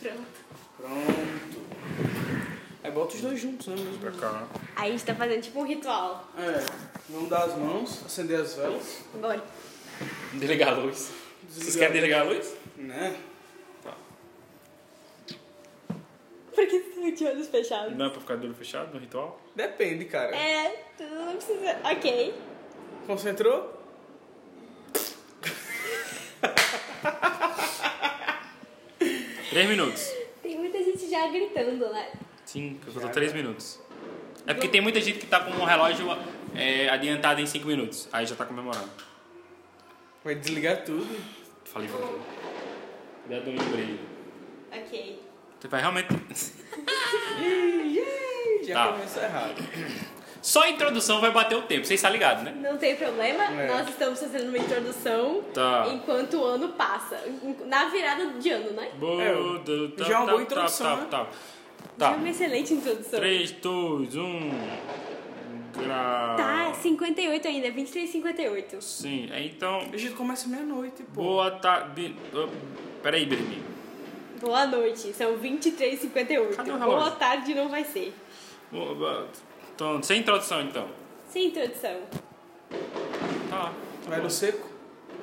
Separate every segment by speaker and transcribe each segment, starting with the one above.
Speaker 1: Pronto.
Speaker 2: Pronto.
Speaker 3: Aí bota os dois juntos, né?
Speaker 4: Pra cá.
Speaker 1: Aí a gente tá fazendo tipo um ritual.
Speaker 2: É, vamos dar as mãos, acender as velas,
Speaker 1: Bora.
Speaker 3: Delegar a luz. Vocês querem delegar a luz?
Speaker 2: né?
Speaker 1: Por que você fica de olhos fechados?
Speaker 4: Não é pra ficar de olho fechado no ritual?
Speaker 2: Depende, cara.
Speaker 1: É, tu não precisa. Ok.
Speaker 2: Concentrou?
Speaker 4: Três minutos.
Speaker 1: Tem muita gente já gritando né? lá.
Speaker 4: Sim, porque faltou três minutos. É porque tem muita gente que tá com um relógio é, adiantado em cinco minutos. Aí já tá comemorando.
Speaker 2: Vai desligar tudo.
Speaker 4: Falei pra tu. Cuidado no lembrei.
Speaker 1: Ok.
Speaker 4: Você vai realmente...
Speaker 2: Já
Speaker 4: Tá.
Speaker 2: começou errado.
Speaker 4: Só a introdução vai bater o tempo. Vocês estão ligados, né?
Speaker 1: Não tem problema,
Speaker 2: É.
Speaker 1: nós estamos fazendo uma introdução
Speaker 4: Tá.
Speaker 1: enquanto o ano passa. Em- Na virada de ano, né?
Speaker 4: Boa,
Speaker 2: É, já é uma boa
Speaker 4: tá,
Speaker 2: introdução, né?
Speaker 4: Tá, tá,
Speaker 1: Já é
Speaker 4: tá.
Speaker 1: uma
Speaker 4: tá.
Speaker 1: excelente introdução.
Speaker 4: 3, 2, 1... Gra...
Speaker 1: Tá, 58 ainda, 23 58.
Speaker 4: Sim, é, então...
Speaker 2: A gente começa meia-noite, pô.
Speaker 4: Boa tarde... Peraí, Birminho.
Speaker 1: Boa noite, são 23 58.
Speaker 4: Cadê o relógio?
Speaker 1: Boa tarde não vai ser.
Speaker 4: Boa- boa- Então, sem introdução, então.
Speaker 1: Sem introdução.
Speaker 4: Tá.
Speaker 2: Vai no seco?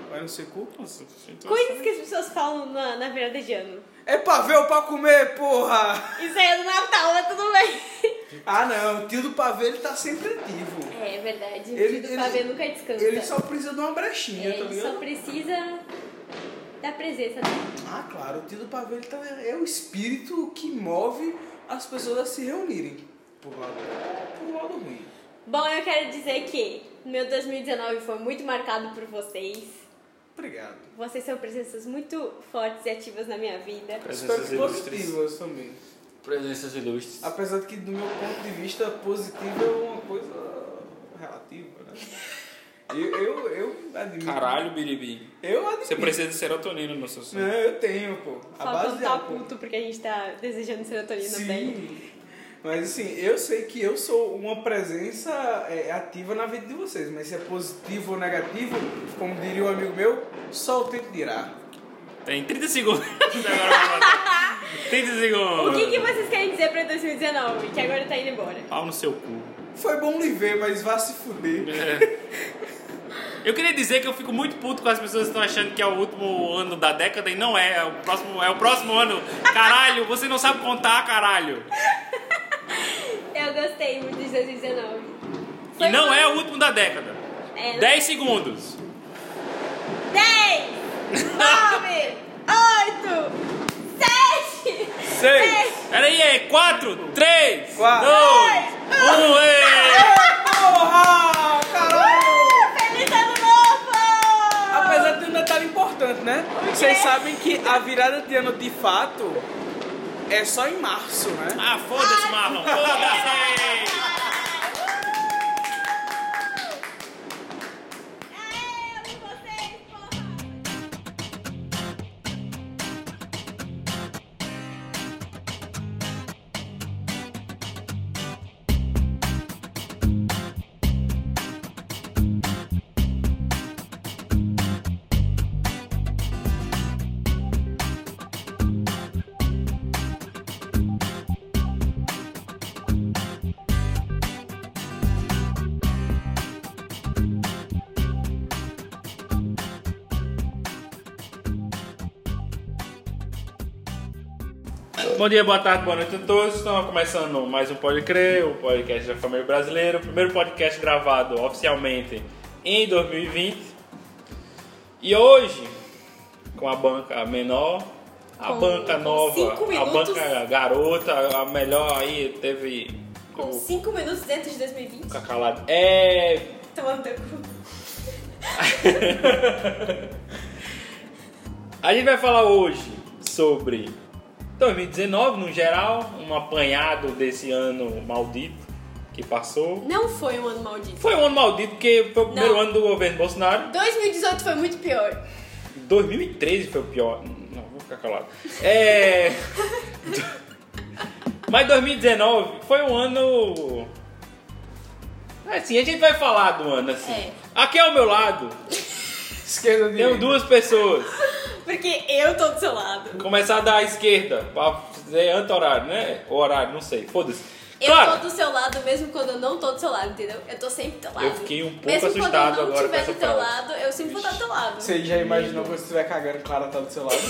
Speaker 2: Vai no seco?
Speaker 4: Nossa, sem introdução.
Speaker 1: Coisas que as pessoas falam na, na virada de ano.
Speaker 2: É pra ver ou pra comer, porra!
Speaker 1: Isso aí é do Natal, mas tudo bem.
Speaker 2: Ah não, o tio do pavê ele tá sempre ativo.
Speaker 1: É verdade, o
Speaker 2: Ele-
Speaker 1: ele, do
Speaker 2: ele-
Speaker 1: pavê nunca descansa.
Speaker 2: Ele só precisa de uma
Speaker 1: É,
Speaker 2: brechinha, tá
Speaker 1: ele
Speaker 2: ligado?
Speaker 1: só precisa da presença dele.
Speaker 2: Ah, claro, o tio do pavê ele tá, é o espírito que move as pessoas a se reunirem. Por um lado, por lado ruim.
Speaker 1: Bom, eu quero dizer que meu 2019 foi muito marcado por vocês.
Speaker 2: Obrigado.
Speaker 1: Vocês são presenças muito fortes e ativas na minha vida.
Speaker 2: Espero
Speaker 4: Presenças
Speaker 2: que
Speaker 4: ilustres.
Speaker 2: positivas também.
Speaker 4: Presenças ilustres.
Speaker 2: Apesar de que, do meu ponto de vista, positivo é uma coisa relativa, né? Eu, eu, eu admito.
Speaker 4: Caralho, Biribi.
Speaker 2: Eu admito.
Speaker 4: Você precisa de serotonina no seu
Speaker 2: Não,
Speaker 4: sangue.
Speaker 2: eu tenho, pô. A
Speaker 1: Falcão
Speaker 2: base de
Speaker 1: tá
Speaker 2: álcool.
Speaker 1: puto porque a gente tá desejando serotonina pra ele.
Speaker 2: Sim. Mas assim, eu sei que eu sou uma presença é, ativa na vida de vocês, mas se é positivo ou negativo, como diria um amigo meu, só o tempo dirá. É.
Speaker 4: Tem 30 segundos. Agora vai bater. 30 segundos.
Speaker 1: O que, que vocês querem dizer pra 2019? Que agora tá indo embora.
Speaker 4: Pau no seu cu.
Speaker 2: Foi bom lhe ver, mas vá se fuder.
Speaker 4: É. Eu queria dizer que eu fico muito puto com as pessoas que estão achando que é o último ano da década e não é. É o próximo, é o próximo ano. Caralho, você não sabe contar, caralho.
Speaker 1: Eu gostei muito de 2019.
Speaker 4: E
Speaker 1: Foi
Speaker 4: não
Speaker 1: bom.
Speaker 4: é o último da década.
Speaker 1: É, não-
Speaker 4: 10 segundos.
Speaker 1: 10, 9, 8, 7, 6,
Speaker 4: Pera aí, é 4, 3, 2, 1.
Speaker 2: Quatro. Porra! Caralho!
Speaker 1: Feliz ano novo!
Speaker 2: Apesar de ter um detalhe importante, né? Vocês sabem que a virada de ano de fato é só em março, né?
Speaker 4: Ah, foda-se, Marlon. Foda-se.
Speaker 1: Aê, eu amo É, vocês, porra!
Speaker 4: Bom dia, boa tarde, boa noite a todos. Estamos começando mais um Pode Crer, o podcast da família brasileira. O primeiro podcast gravado oficialmente em 2020. E hoje, com a banca menor, a
Speaker 1: Com
Speaker 4: banca nova,
Speaker 1: cinco
Speaker 4: a
Speaker 1: minutos.
Speaker 4: banca garota, a melhor aí teve...
Speaker 1: Com
Speaker 4: o
Speaker 1: 5 minutos dentro de 2020,
Speaker 4: Cacalado. É...
Speaker 1: tomando teu cu.
Speaker 4: A gente vai falar hoje sobre 2019 no geral, um apanhado desse ano maldito que passou.
Speaker 1: Não foi um ano maldito.
Speaker 4: Foi um ano maldito porque foi o primeiro
Speaker 1: Não.
Speaker 4: ano do governo Bolsonaro.
Speaker 1: 2018 foi muito pior.
Speaker 4: 2013 foi o pior. Não, vou ficar calado. É. Mas 2019 foi um ano. Assim, a gente vai falar do ano assim.
Speaker 1: É.
Speaker 4: Aqui ao meu lado
Speaker 2: Esquerda de
Speaker 4: tenho duas pessoas.
Speaker 1: Porque eu tô do seu lado.
Speaker 4: Começar da esquerda, pra fazer anti-horário, né? Ou horário, não sei, foda-se.
Speaker 1: Eu
Speaker 4: Claro,
Speaker 1: tô do seu lado mesmo quando eu não tô do seu lado, entendeu? Eu tô sempre do teu lado.
Speaker 4: Eu fiquei um pouco
Speaker 1: mesmo
Speaker 4: assustado
Speaker 1: quando eu não
Speaker 4: agora com
Speaker 1: estiver
Speaker 4: essa
Speaker 1: do teu
Speaker 4: frase.
Speaker 1: lado, eu sempre vou estar do teu lado.
Speaker 2: Você já imaginou quando você estiver cagando, Clara tá do seu lado?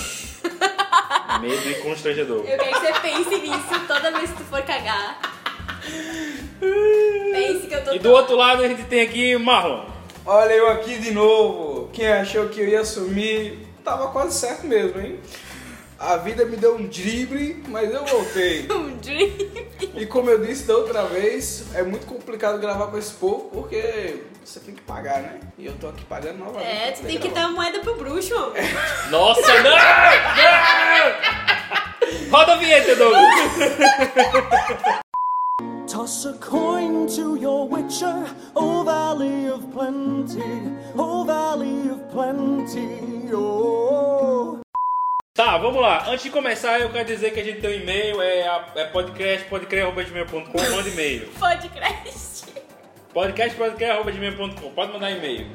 Speaker 4: medo e constrangedor.
Speaker 1: Eu quero que você pense nisso toda vez que tu for cagar. pense que eu tô
Speaker 4: E
Speaker 1: do
Speaker 4: do outro lado a gente tem aqui Marlon.
Speaker 2: Olha eu aqui de novo. Quem achou que eu ia sumir, tava quase certo mesmo, hein? A vida me deu um drible, mas eu voltei.
Speaker 1: um dream.
Speaker 2: E como eu disse da outra vez, é muito complicado gravar com esse povo porque você tem que pagar, né? E eu tô aqui pagando novamente.
Speaker 1: É,
Speaker 2: pra
Speaker 1: tu
Speaker 2: poder
Speaker 1: tem que
Speaker 2: gravar.
Speaker 1: dar moeda pro bruxo, homem.
Speaker 4: Nossa, não! não! Roda a vinheta, Douglas.
Speaker 5: Toss a coin to your witcher, O Valley of Plenty, O Valley of Plenty, oh.
Speaker 4: Tá, vamos lá. Antes de começar, eu quero dizer que a gente tem um e-mail, é, a- é podcast, podcast.com, manda e-mail.
Speaker 1: Podcast.
Speaker 4: Podcast, podcast.com, pode mandar e-mail.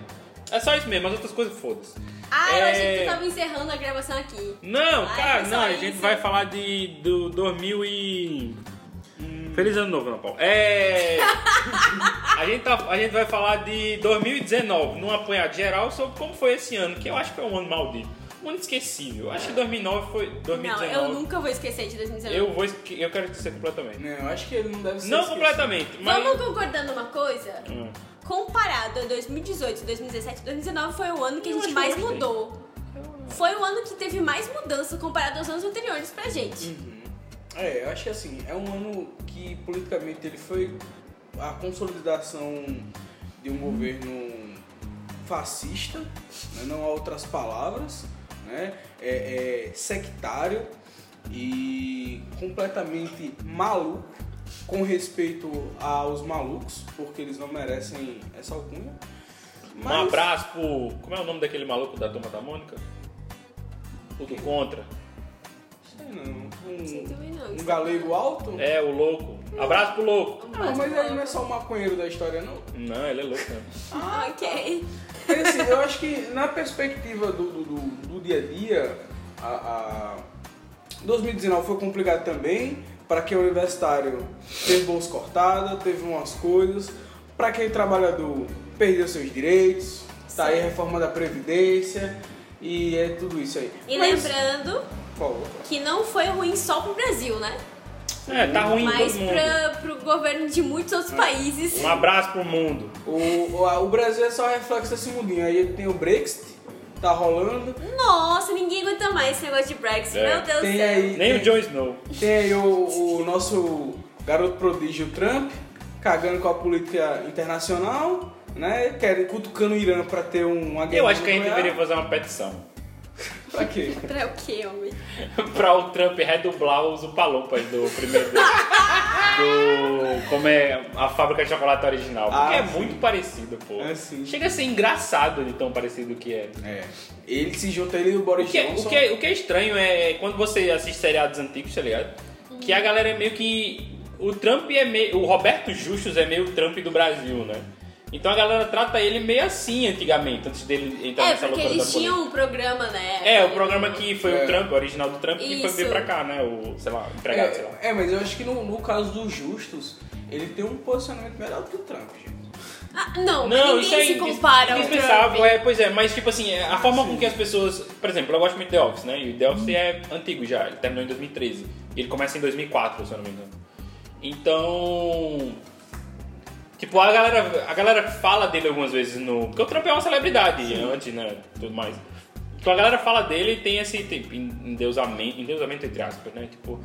Speaker 4: É só isso mesmo, as outras coisas, foda-se.
Speaker 1: Ah, eu
Speaker 4: É.
Speaker 1: achei que tu tava encerrando a gravação aqui.
Speaker 4: Não,
Speaker 1: Ai,
Speaker 4: cara,
Speaker 1: foi só
Speaker 4: não, a
Speaker 1: isso.
Speaker 4: gente vai falar de do 2000 e Feliz ano novo, Ana Paula. É a gente tá, a gente vai falar de 2019, num apanhado geral sobre como foi esse ano, que eu acho que é um ano maldito, um ano esquecível. Eu acho que 2009 foi
Speaker 1: Não,
Speaker 4: 2019.
Speaker 1: eu nunca vou esquecer de 2019.
Speaker 4: Eu vou esque- eu quero esquecer completamente.
Speaker 2: Não, eu acho que ele não deve ser.
Speaker 4: Não
Speaker 2: esquecido.
Speaker 4: completamente, mas
Speaker 1: Vamos concordando uma coisa?
Speaker 4: Hum.
Speaker 1: Comparado a 2018, 2017, 2019 foi o ano que a
Speaker 4: Eu
Speaker 1: gente
Speaker 4: acho que
Speaker 1: mais
Speaker 4: eu gostei.
Speaker 1: mudou. Foi o ano que teve mais mudança comparado aos anos anteriores pra gente.
Speaker 4: Hum.
Speaker 2: É, eu acho que assim, é um ano que politicamente ele foi a consolidação de um governo fascista, né, não há outras palavras, né? É, é sectário e completamente maluco com respeito aos malucos, porque eles não merecem essa alcunha.
Speaker 4: um abraço pro como é o nome daquele maluco da turma da Mônica? O do contra.
Speaker 2: Sei não,
Speaker 1: Sei também não,
Speaker 2: um,
Speaker 1: isso
Speaker 2: um
Speaker 1: é-
Speaker 2: galego alto?
Speaker 4: É, o louco. Abraço pro louco.
Speaker 2: Não, mas ele não é só o maconheiro da história, não.
Speaker 4: Não, ele é louco, não.
Speaker 1: ok.
Speaker 2: Mas, assim, eu acho que na perspectiva do, do, do- do dia a dia, a, a- 2019 foi complicado também. Para quem é universitário, teve bolsa cortada, teve umas coisas. Para quem é trabalhador, perdeu seus direitos. Tá aí a reforma da Previdência. E é tudo isso aí.
Speaker 1: E
Speaker 2: Mas-
Speaker 1: lembrando
Speaker 2: Por favor.
Speaker 1: que não foi ruim só pro Brasil, né?
Speaker 4: É, tá ruim em
Speaker 1: Mas
Speaker 4: todo mundo.
Speaker 1: pra, pro governo de muitos outros países.
Speaker 4: Um abraço pro mundo.
Speaker 2: O, o, a- o Brasil é só reflexo desse mundinho. Aí tem o Brexit, tá rolando.
Speaker 1: Nossa, ninguém aguenta mais esse negócio de Brexit.
Speaker 4: É.
Speaker 1: Meu Deus do
Speaker 2: Tem
Speaker 1: céu.
Speaker 2: aí.
Speaker 4: Nem o
Speaker 2: tem-
Speaker 4: Jon Snow.
Speaker 2: Tem aí o, o nosso garoto prodígio Trump, cagando com a política internacional, né? Quer, cutucando o Irã pra ter um- uma guerra
Speaker 4: Eu acho que a gente
Speaker 2: nuclear.
Speaker 4: deveria fazer uma petição
Speaker 2: Pra quê?
Speaker 1: Pra o quê, homem?
Speaker 4: pra o Trump redublar os upalompas do primeiro. do. Como é a fábrica de chocolate original. Porque
Speaker 2: Ah,
Speaker 4: é
Speaker 2: sim.
Speaker 4: muito parecido, pô.
Speaker 2: É, sim.
Speaker 4: Chega a ser engraçado de tão parecido que é.
Speaker 2: É. Ele se junta ele e o
Speaker 4: O
Speaker 2: Boris
Speaker 4: que, é-
Speaker 2: Johnson.
Speaker 4: o, que é, o que é estranho é quando você assiste seriados antigos, tá ligado? Que a galera é meio que. O Trump é meio. O Roberto Justus é meio o Trump do Brasil, né? Então a galera trata ele meio assim antigamente, antes dele entrar
Speaker 1: é,
Speaker 4: nessa
Speaker 1: porque
Speaker 4: loucura da
Speaker 1: eles
Speaker 4: política.
Speaker 1: tinham um programa, né?
Speaker 4: É, o programa que foi
Speaker 2: É.
Speaker 4: o Trump, o original do Trump, que foi
Speaker 1: Isso.
Speaker 4: vir pra cá, né? O, sei lá, empregado, sei lá.
Speaker 2: É, é, mas eu acho que no, no caso do Justus, ele tem um posicionamento melhor do que o Trump, gente.
Speaker 1: Ah, não,
Speaker 4: Não,
Speaker 1: ninguém
Speaker 4: isso é
Speaker 1: se compara ao
Speaker 4: indispensável,
Speaker 1: Trump.
Speaker 4: é, pois é, mas tipo assim, é, a forma com que as pessoas. Por exemplo, eu gosto muito de The Office, né? E o The Office é antigo já, ele terminou em 2013. E ele começa em 2004, se eu não me engano. Então. Tipo, a galera, a galera fala dele algumas vezes no. Porque o Trump é uma celebridade antes, né? Tudo mais. Então a galera fala dele e tem esse tipo, endeusamento, endeusamento entre aspas, né? Tipo,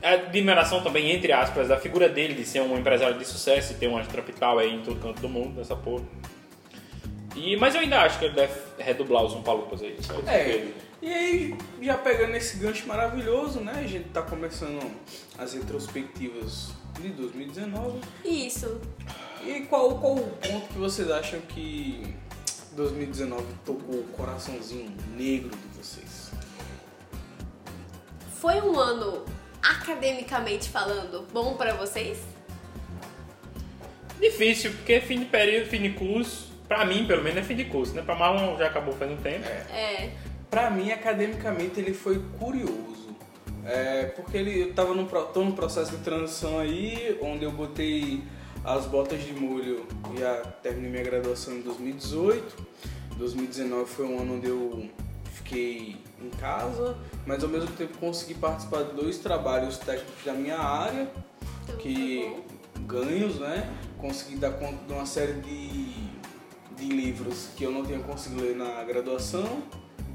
Speaker 4: a admiração também, entre aspas, da figura dele de ser um empresário de sucesso e ter uma trapital aí em todo canto do mundo, nessa porra. E, mas eu ainda acho que ele deve redublar os Umpalupas aí. Só isso
Speaker 2: É.
Speaker 4: que-
Speaker 2: E aí, já pegando esse gancho maravilhoso, né? A gente tá começando as retrospectivas de 2019.
Speaker 4: é.
Speaker 1: Isso.
Speaker 2: E qual, qual o ponto que vocês acham que 2019 tocou o coraçãozinho negro de vocês?
Speaker 1: Foi um ano, academicamente falando, bom pra vocês?
Speaker 4: Difícil, porque fim de período, fim de curso, pra mim pelo menos é fim de curso, né? Pra Marlon já acabou faz um tempo.
Speaker 2: É.
Speaker 1: É.
Speaker 2: Pra mim, academicamente, ele foi curioso. É, porque ele, eu tava num, pro- tô num processo de transição aí, onde eu botei as botas de molho e a, terminei minha graduação em 2018. 2019 foi um ano onde eu fiquei em casa, mas ao mesmo tempo consegui participar de dois trabalhos técnicos da minha área,
Speaker 1: Então,
Speaker 2: que
Speaker 1: tá bom.
Speaker 2: ganhos, né? Consegui dar conta de uma série de, de livros que eu não tinha conseguido ler na graduação,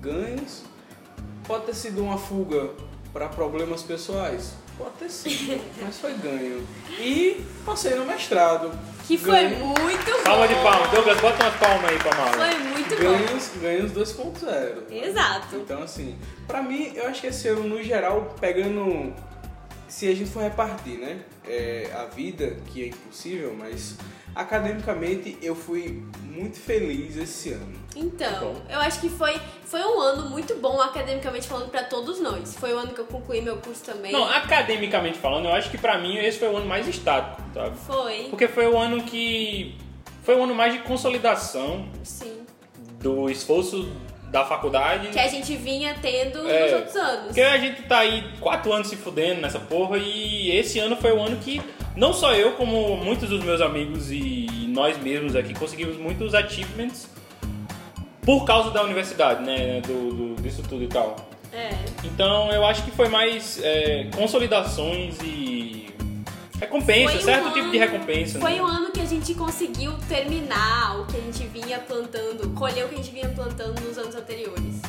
Speaker 2: ganhos. Pode ter sido uma fuga para problemas pessoais? Pode ter sido, mas foi ganho. E passei no mestrado.
Speaker 1: Que foi
Speaker 2: Ganho-
Speaker 1: muito bom.
Speaker 4: Palma de palma. Douglas, bota uma palma aí pra Mauro.
Speaker 1: Foi muito bom.
Speaker 2: ganhos, ganhos 2.0.
Speaker 1: Exato.
Speaker 2: é. Então, assim, pra mim, eu acho que esse ano, no geral, pegando. Se a gente for repartir, né? é, a vida, que é impossível, mas academicamente eu fui muito feliz esse ano.
Speaker 1: Então, eu acho que foi, foi um ano muito bom academicamente falando pra todos nós. Foi o ano que eu concluí meu curso também.
Speaker 4: Não, academicamente falando, eu acho que pra mim esse foi o ano mais estático, sabe?
Speaker 1: Foi,
Speaker 4: Porque foi o ano que. Foi o ano mais de consolidação
Speaker 1: sim.
Speaker 4: do esforço da faculdade.
Speaker 1: Que é a gente vinha tendo
Speaker 4: É,
Speaker 1: nos outros anos.
Speaker 4: Porque a gente tá aí quatro anos se fudendo nessa porra e esse ano foi o ano que não só eu, como muitos dos meus amigos e nós mesmos aqui conseguimos muitos achievements por causa da universidade, né? Do, do- disso tudo e tal.
Speaker 1: É,
Speaker 4: Então eu acho que foi mais é, consolidações e recompensa,
Speaker 1: Foi um
Speaker 4: certo tipo de
Speaker 1: ano-
Speaker 4: recompensa.
Speaker 1: foi
Speaker 4: né?
Speaker 1: um ano que a gente conseguiu terminar o que a gente vinha plantando, colher o que a gente vinha plantando nos anos anteriores.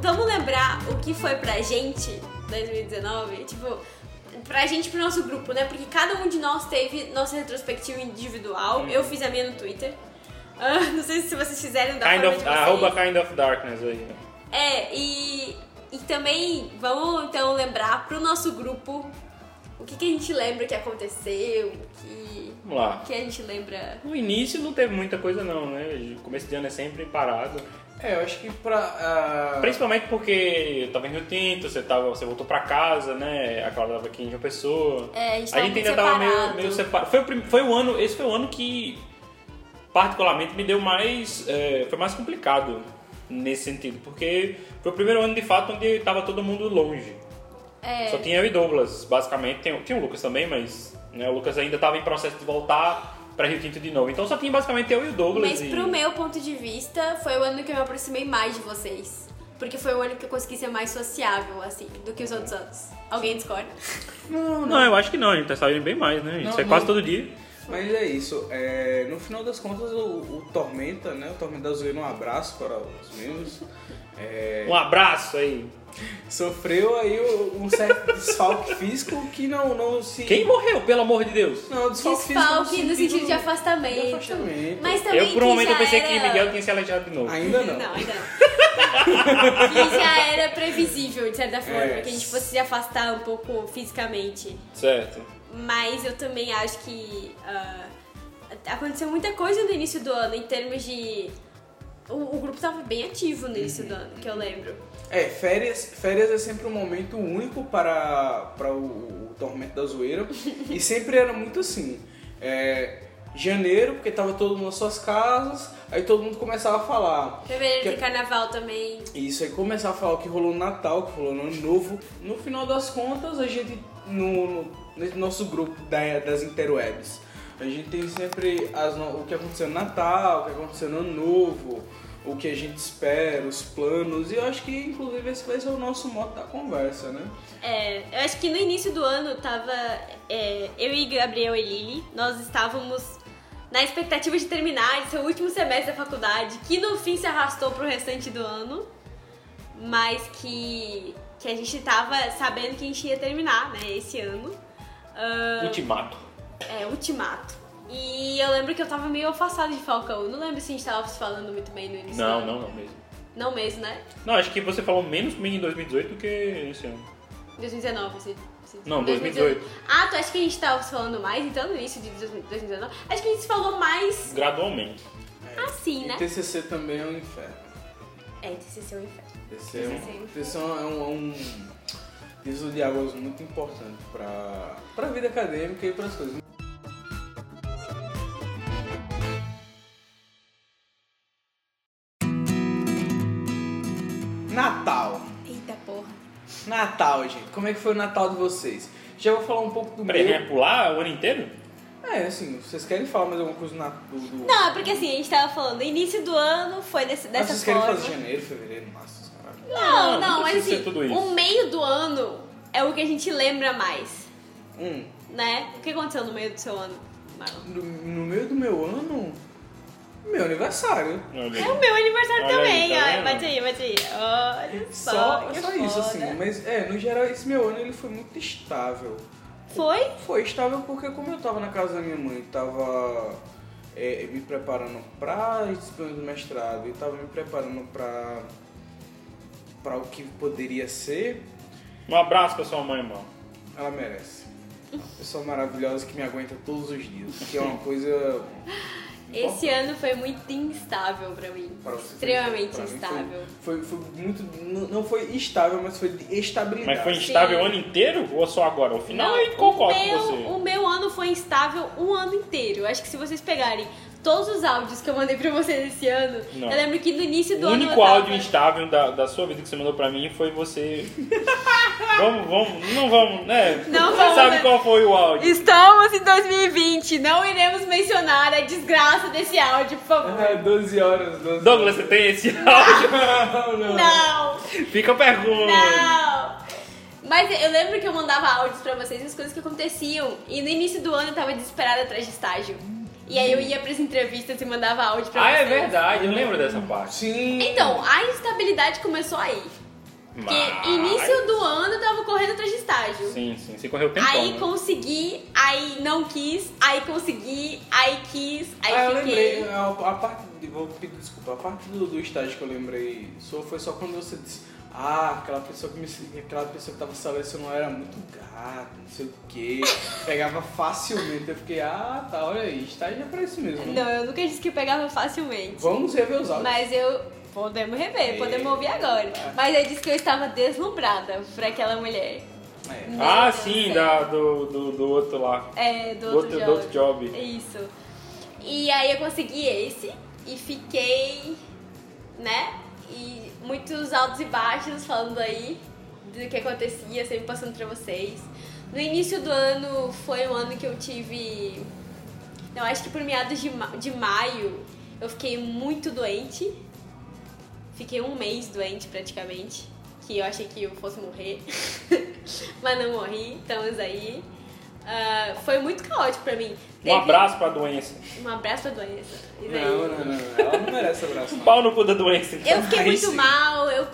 Speaker 1: Vamos lembrar o que foi pra gente 2019? Tipo, pra gente, pro nosso grupo, né? Porque cada um de nós teve nossa retrospectiva individual.
Speaker 4: Uhum.
Speaker 1: Eu fiz a minha no Twitter. Ah, não sei se vocês fizeram da
Speaker 4: Kind
Speaker 1: forma
Speaker 4: of, ah,
Speaker 1: de vocês.
Speaker 4: arroba Kind of Darkness aí. né?
Speaker 1: É, e, e também vamos então lembrar pro nosso grupo o que, que a gente lembra que aconteceu, o que,
Speaker 4: Vamos lá.
Speaker 1: o que a gente lembra.
Speaker 4: No início não teve muita coisa não, né? O começo de ano é sempre parado.
Speaker 2: É, eu acho que pra. ah,
Speaker 4: Principalmente porque eu tava em Rio Tinto, você, tava, você voltou pra casa, né? A Clara tava aqui em João Pessoa.
Speaker 1: É, a gente
Speaker 4: a
Speaker 1: tava
Speaker 4: gente
Speaker 1: muito
Speaker 4: ainda tava um meio,
Speaker 1: separado.
Speaker 4: meio separado. Foi, o prim- foi o ano, esse foi o ano que particularmente me deu mais. é, foi mais complicado nesse sentido, porque foi o primeiro ano de fato onde tava todo mundo longe.
Speaker 1: É.
Speaker 4: Só tinha eu e Douglas, basicamente. Tem- Tinha, o Lucas também, mas né, o Lucas ainda tava em processo de voltar pra Rio Tinto de novo. Então só tinha basicamente eu e o Douglas.
Speaker 1: Mas
Speaker 4: e...
Speaker 1: pro meu ponto de vista, foi o ano que eu me aproximei mais de vocês. Porque foi o ano que eu consegui ser mais sociável, assim, do que os outros anos. Alguém discorda?
Speaker 4: Não, não, eu acho que não, a gente tá saindo bem mais, né? Isso
Speaker 2: Não,
Speaker 4: é
Speaker 2: não.
Speaker 4: quase todo dia.
Speaker 2: Mas é isso. é, no final das contas, o, o Tormenta, né? O Tormenta Azuleiro, um abraço para os membros. É,
Speaker 4: Um abraço aí.
Speaker 2: sofreu aí um certo desfalque físico que não, não se.
Speaker 4: Quem morreu, pelo amor de Deus?
Speaker 2: Não, desfalque físico.
Speaker 1: Desfalque no sentido de afastamento.
Speaker 2: de afastamento.
Speaker 1: Mas também
Speaker 4: Eu por um
Speaker 1: que
Speaker 4: momento
Speaker 1: já
Speaker 4: eu pensei
Speaker 1: era...
Speaker 4: que Miguel tinha se aleijado de novo.
Speaker 2: Ainda não.
Speaker 1: Não, ainda não. que já era previsível, de certa forma,
Speaker 2: É.
Speaker 1: que a gente fosse se afastar um pouco fisicamente.
Speaker 4: Certo.
Speaker 1: Mas eu também acho que ah, aconteceu muita coisa no início do ano, em termos de. O, o grupo tava bem ativo no início do ano, que eu lembro.
Speaker 2: É, férias, férias é sempre um momento único para, para o, o Tormento da Zoeira. e sempre era muito assim. É, janeiro, porque tava todo mundo nas suas casas, aí todo mundo começava a falar.
Speaker 1: Fevereiro
Speaker 2: Que-
Speaker 1: tem carnaval também.
Speaker 2: Isso aí começar a falar o que rolou no Natal, o que rolou no Ano Novo. No final das contas, a gente, no, no- nesse nosso grupo da- das interwebs, a gente tem sempre as no- o que aconteceu no Natal, o que aconteceu no Ano Novo, o que a gente espera, os planos. E eu acho que, inclusive, esse vai ser o nosso modo da conversa, né?
Speaker 1: É, eu acho que no início do ano tava é, eu e Gabriel e Lili, nós estávamos na expectativa de terminar esse último semestre da faculdade, que no fim se arrastou pro restante do ano, mas que, que a gente tava sabendo que a gente ia terminar, né, esse ano. Ah,
Speaker 4: Ultimato.
Speaker 1: é, ultimato. E eu lembro que eu tava meio afastada de Falcão, não lembro se a gente tava se falando muito bem no início.
Speaker 4: Não,
Speaker 1: do
Speaker 4: não,
Speaker 1: ano.
Speaker 4: não mesmo.
Speaker 1: Não mesmo, né?
Speaker 4: Não, acho que você falou menos comigo em 2018 do que esse ano.
Speaker 1: 2019, você. você-
Speaker 4: Não, 2018.
Speaker 1: Ah, tu acha que a gente tava se falando mais, então, no início de 2019? Acho que a gente se falou mais
Speaker 4: Gradualmente.
Speaker 1: assim,
Speaker 2: E
Speaker 1: né?
Speaker 2: TCC também é um inferno.
Speaker 1: É, TCC é um inferno.
Speaker 2: Esse é
Speaker 1: Sim, sim.
Speaker 2: um, esse é um, é um, é um divisor de águas muito importante para a vida acadêmica e para as coisas. Natal.
Speaker 1: Eita porra.
Speaker 2: Natal, gente. Como é que foi o Natal de vocês? Já vou falar um pouco do
Speaker 4: Peraí,
Speaker 2: meu.
Speaker 4: ia pular o ano inteiro?
Speaker 2: É, assim, vocês querem falar mais alguma coisa do Natal? Do... do-
Speaker 1: Não, é porque assim, a gente tava falando, início do ano foi desse,
Speaker 2: Mas
Speaker 1: dessa
Speaker 2: vocês querem
Speaker 1: forma.
Speaker 2: fazer janeiro, fevereiro, março, caralho.
Speaker 1: Não, não,
Speaker 4: Ah, Não, não
Speaker 1: mas
Speaker 4: precisa
Speaker 1: assim,
Speaker 4: ser tudo isso.
Speaker 1: o meio do ano é o que a gente lembra mais,
Speaker 2: Hum,
Speaker 1: né? O que aconteceu no meio do seu ano, Marlon?
Speaker 2: no, no meio do meu ano, meu aniversário.
Speaker 1: É o meu
Speaker 4: Olha
Speaker 1: aniversário
Speaker 4: aí,
Speaker 1: também,
Speaker 4: tá
Speaker 1: ai,
Speaker 4: vendo?
Speaker 1: bate aí, bate aí. Olha só,
Speaker 2: Só,
Speaker 1: que
Speaker 2: só isso,
Speaker 1: foda.
Speaker 2: assim.
Speaker 4: né?
Speaker 2: Mas, é, no geral, esse meu ano ele foi muito estável.
Speaker 1: Foi?
Speaker 2: Foi estável porque, como eu tava na casa da minha mãe, tava é, me preparando pra disciplina do mestrado e tava me preparando pra, pra o que poderia ser,
Speaker 4: Um abraço pra sua mãe, mano.
Speaker 2: ela merece. Uma pessoa maravilhosa que me aguenta todos os dias, que é uma coisa.
Speaker 1: Esse ano foi muito instável pra mim.
Speaker 2: Pra você ter
Speaker 1: Extremamente
Speaker 2: pra mim foi-
Speaker 1: instável.
Speaker 2: Foi, foi muito. n- Não foi estável, mas foi de estabilidade.
Speaker 4: Mas foi instável
Speaker 1: Sim.
Speaker 4: o ano inteiro ou só agora? O final
Speaker 1: Não,
Speaker 4: eu concordo
Speaker 1: o meu,
Speaker 4: com você.
Speaker 1: O meu ano foi instável um ano inteiro. Acho que se vocês pegarem todos os áudios que eu mandei pra vocês esse ano,
Speaker 4: Não.
Speaker 1: eu lembro que no início do
Speaker 4: O
Speaker 1: ano.
Speaker 4: único
Speaker 1: eu tava-
Speaker 4: áudio instável da, da sua vida que você mandou pra mim foi você. vamos, vamos, não vamos, né?
Speaker 1: Não
Speaker 4: você
Speaker 1: vamos,
Speaker 4: sabe
Speaker 1: né?
Speaker 4: qual foi o áudio.
Speaker 1: Estamos em 2020, não iremos mencionar a desgraça desse áudio, por favor.
Speaker 2: É, 12 horas, 12 horas.
Speaker 4: Douglas, você tem esse áudio?
Speaker 2: Não, não.
Speaker 1: Não!
Speaker 4: Fica a pergunta.
Speaker 1: Não! Mas eu lembro que eu mandava áudios pra vocês as coisas que aconteciam. E no início do ano eu tava desesperada atrás de estágio. E aí eu ia pras entrevistas e mandava áudio pra
Speaker 4: Ah, é
Speaker 1: vocês.
Speaker 4: verdade, eu lembro dessa parte.
Speaker 2: Sim.
Speaker 1: Então, a instabilidade começou aí. Porque
Speaker 4: Mas-
Speaker 1: início do ano eu tava correndo atrás de estágio.
Speaker 4: Sim, sim, você correu o né? tempo.
Speaker 1: Aí consegui, aí não quis, aí consegui, aí quis, aí
Speaker 2: ah, eu
Speaker 1: fiquei.
Speaker 2: lembrei, a, a parte, de- vou pedir desculpa, a parte do, do estágio que eu lembrei só foi só quando você disse, ah, aquela pessoa que me, aquela pessoa que tava selecionando era muito gato, não sei o que, pegava facilmente, eu fiquei, ah, tá, olha aí, estágio é pra isso mesmo.
Speaker 1: Não, eu nunca disse que pegava facilmente.
Speaker 2: Vamos rever os áudios.
Speaker 1: Mas eu. Podemos rever,
Speaker 2: É.
Speaker 1: podemos ouvir agora. Mas eu disse que eu estava deslumbrada por aquela mulher.
Speaker 2: É.
Speaker 4: Ah, sim, da, do, do, do outro lá.
Speaker 1: É, do
Speaker 4: Do
Speaker 1: outro,
Speaker 4: outro- do outro job. Um
Speaker 1: Isso. E aí eu consegui esse e fiquei, né? E muitos altos e baixos falando aí do que acontecia, sempre passando pra vocês. No início do ano foi um ano que eu tive. Não, acho que por meados de, ma- de maio eu fiquei muito doente. Fiquei um mês doente praticamente. Que eu achei que eu fosse morrer. Mas não morri, estamos aí. Ah, foi muito caótico pra mim.
Speaker 4: Um
Speaker 1: Teve-
Speaker 4: abraço pra doença.
Speaker 1: Um abraço pra doença. E daí-
Speaker 2: Não, não, não, não, ela não merece abraço. não.
Speaker 4: Pau no cu da doença.
Speaker 1: Eu fiquei
Speaker 2: Aí
Speaker 1: muito
Speaker 2: sim.
Speaker 1: mal, eu t-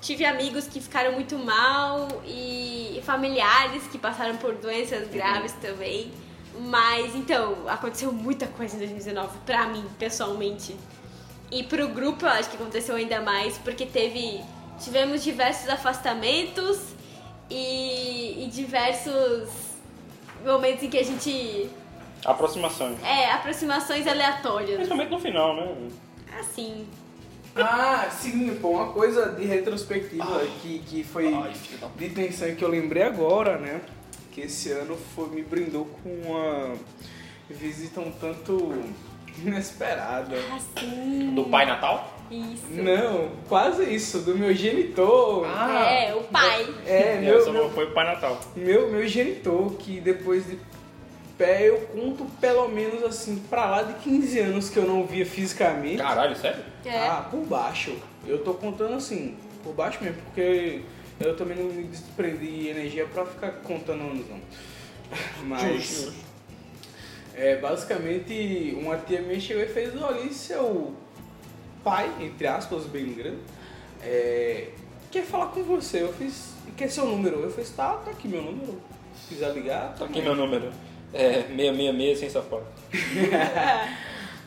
Speaker 1: tive amigos que ficaram muito mal e familiares que passaram por doenças graves também. Mas então, aconteceu muita coisa em 2019 pra mim, pessoalmente. E pro grupo eu acho que aconteceu ainda mais, porque teve. Tivemos diversos afastamentos e, e diversos momentos em que a gente.
Speaker 4: Aproximações.
Speaker 1: É, aproximações aleatórias.
Speaker 4: Principalmente no final, né?
Speaker 1: Assim.
Speaker 2: Ah, sim, pô, uma coisa de retrospectiva que, que foi de tensão que eu lembrei agora, né? Que esse ano foi, me brindou com uma visita um tanto inesperada.
Speaker 1: Assim.
Speaker 4: Do Pai Natal?
Speaker 1: Isso.
Speaker 2: Não, quase isso, do meu genitor.
Speaker 1: É, o pai.
Speaker 2: É,
Speaker 4: É,
Speaker 2: meu,
Speaker 4: só
Speaker 2: meu,
Speaker 4: foi o Pai Natal.
Speaker 2: meu, meu genitor, que depois de pé eu conto pelo menos assim, pra lá de 15 anos que eu não via fisicamente.
Speaker 4: Caralho, sério?
Speaker 1: É.
Speaker 2: Ah, por baixo. Eu tô contando assim, por baixo mesmo, porque eu também não me desprendi de energia pra ficar contando anos não. Mas. É, basicamente, uma tia minha chegou e fez, olha, e seu pai, entre aspas, bem grande, é, quer falar com você. Eu fiz, quer seu número? Eu fiz, tá, tá aqui meu número. Se quiser ligar, tá
Speaker 4: Aqui meu número. É 666 sem safado.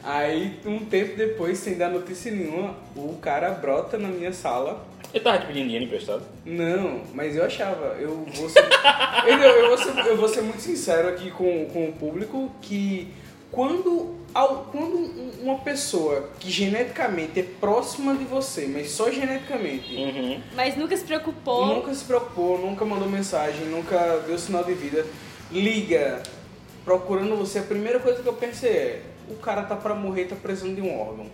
Speaker 2: Aí, um tempo depois, sem dar notícia nenhuma, o cara brota na minha sala
Speaker 4: Ele tava te pedindo dinheiro emprestado?
Speaker 2: Não, mas eu achava, eu vou ser, eu, eu vou ser, eu vou ser muito sincero aqui com, com o público que quando, ao- quando um- uma pessoa que geneticamente é próxima de você, mas só geneticamente,
Speaker 4: Uhum.
Speaker 1: Mas nunca se preocupou.
Speaker 2: nunca se preocupou, nunca mandou mensagem, nunca deu sinal de vida, liga procurando você, a primeira coisa que eu pensei é: o cara tá pra morrer, tá precisando de um órgão.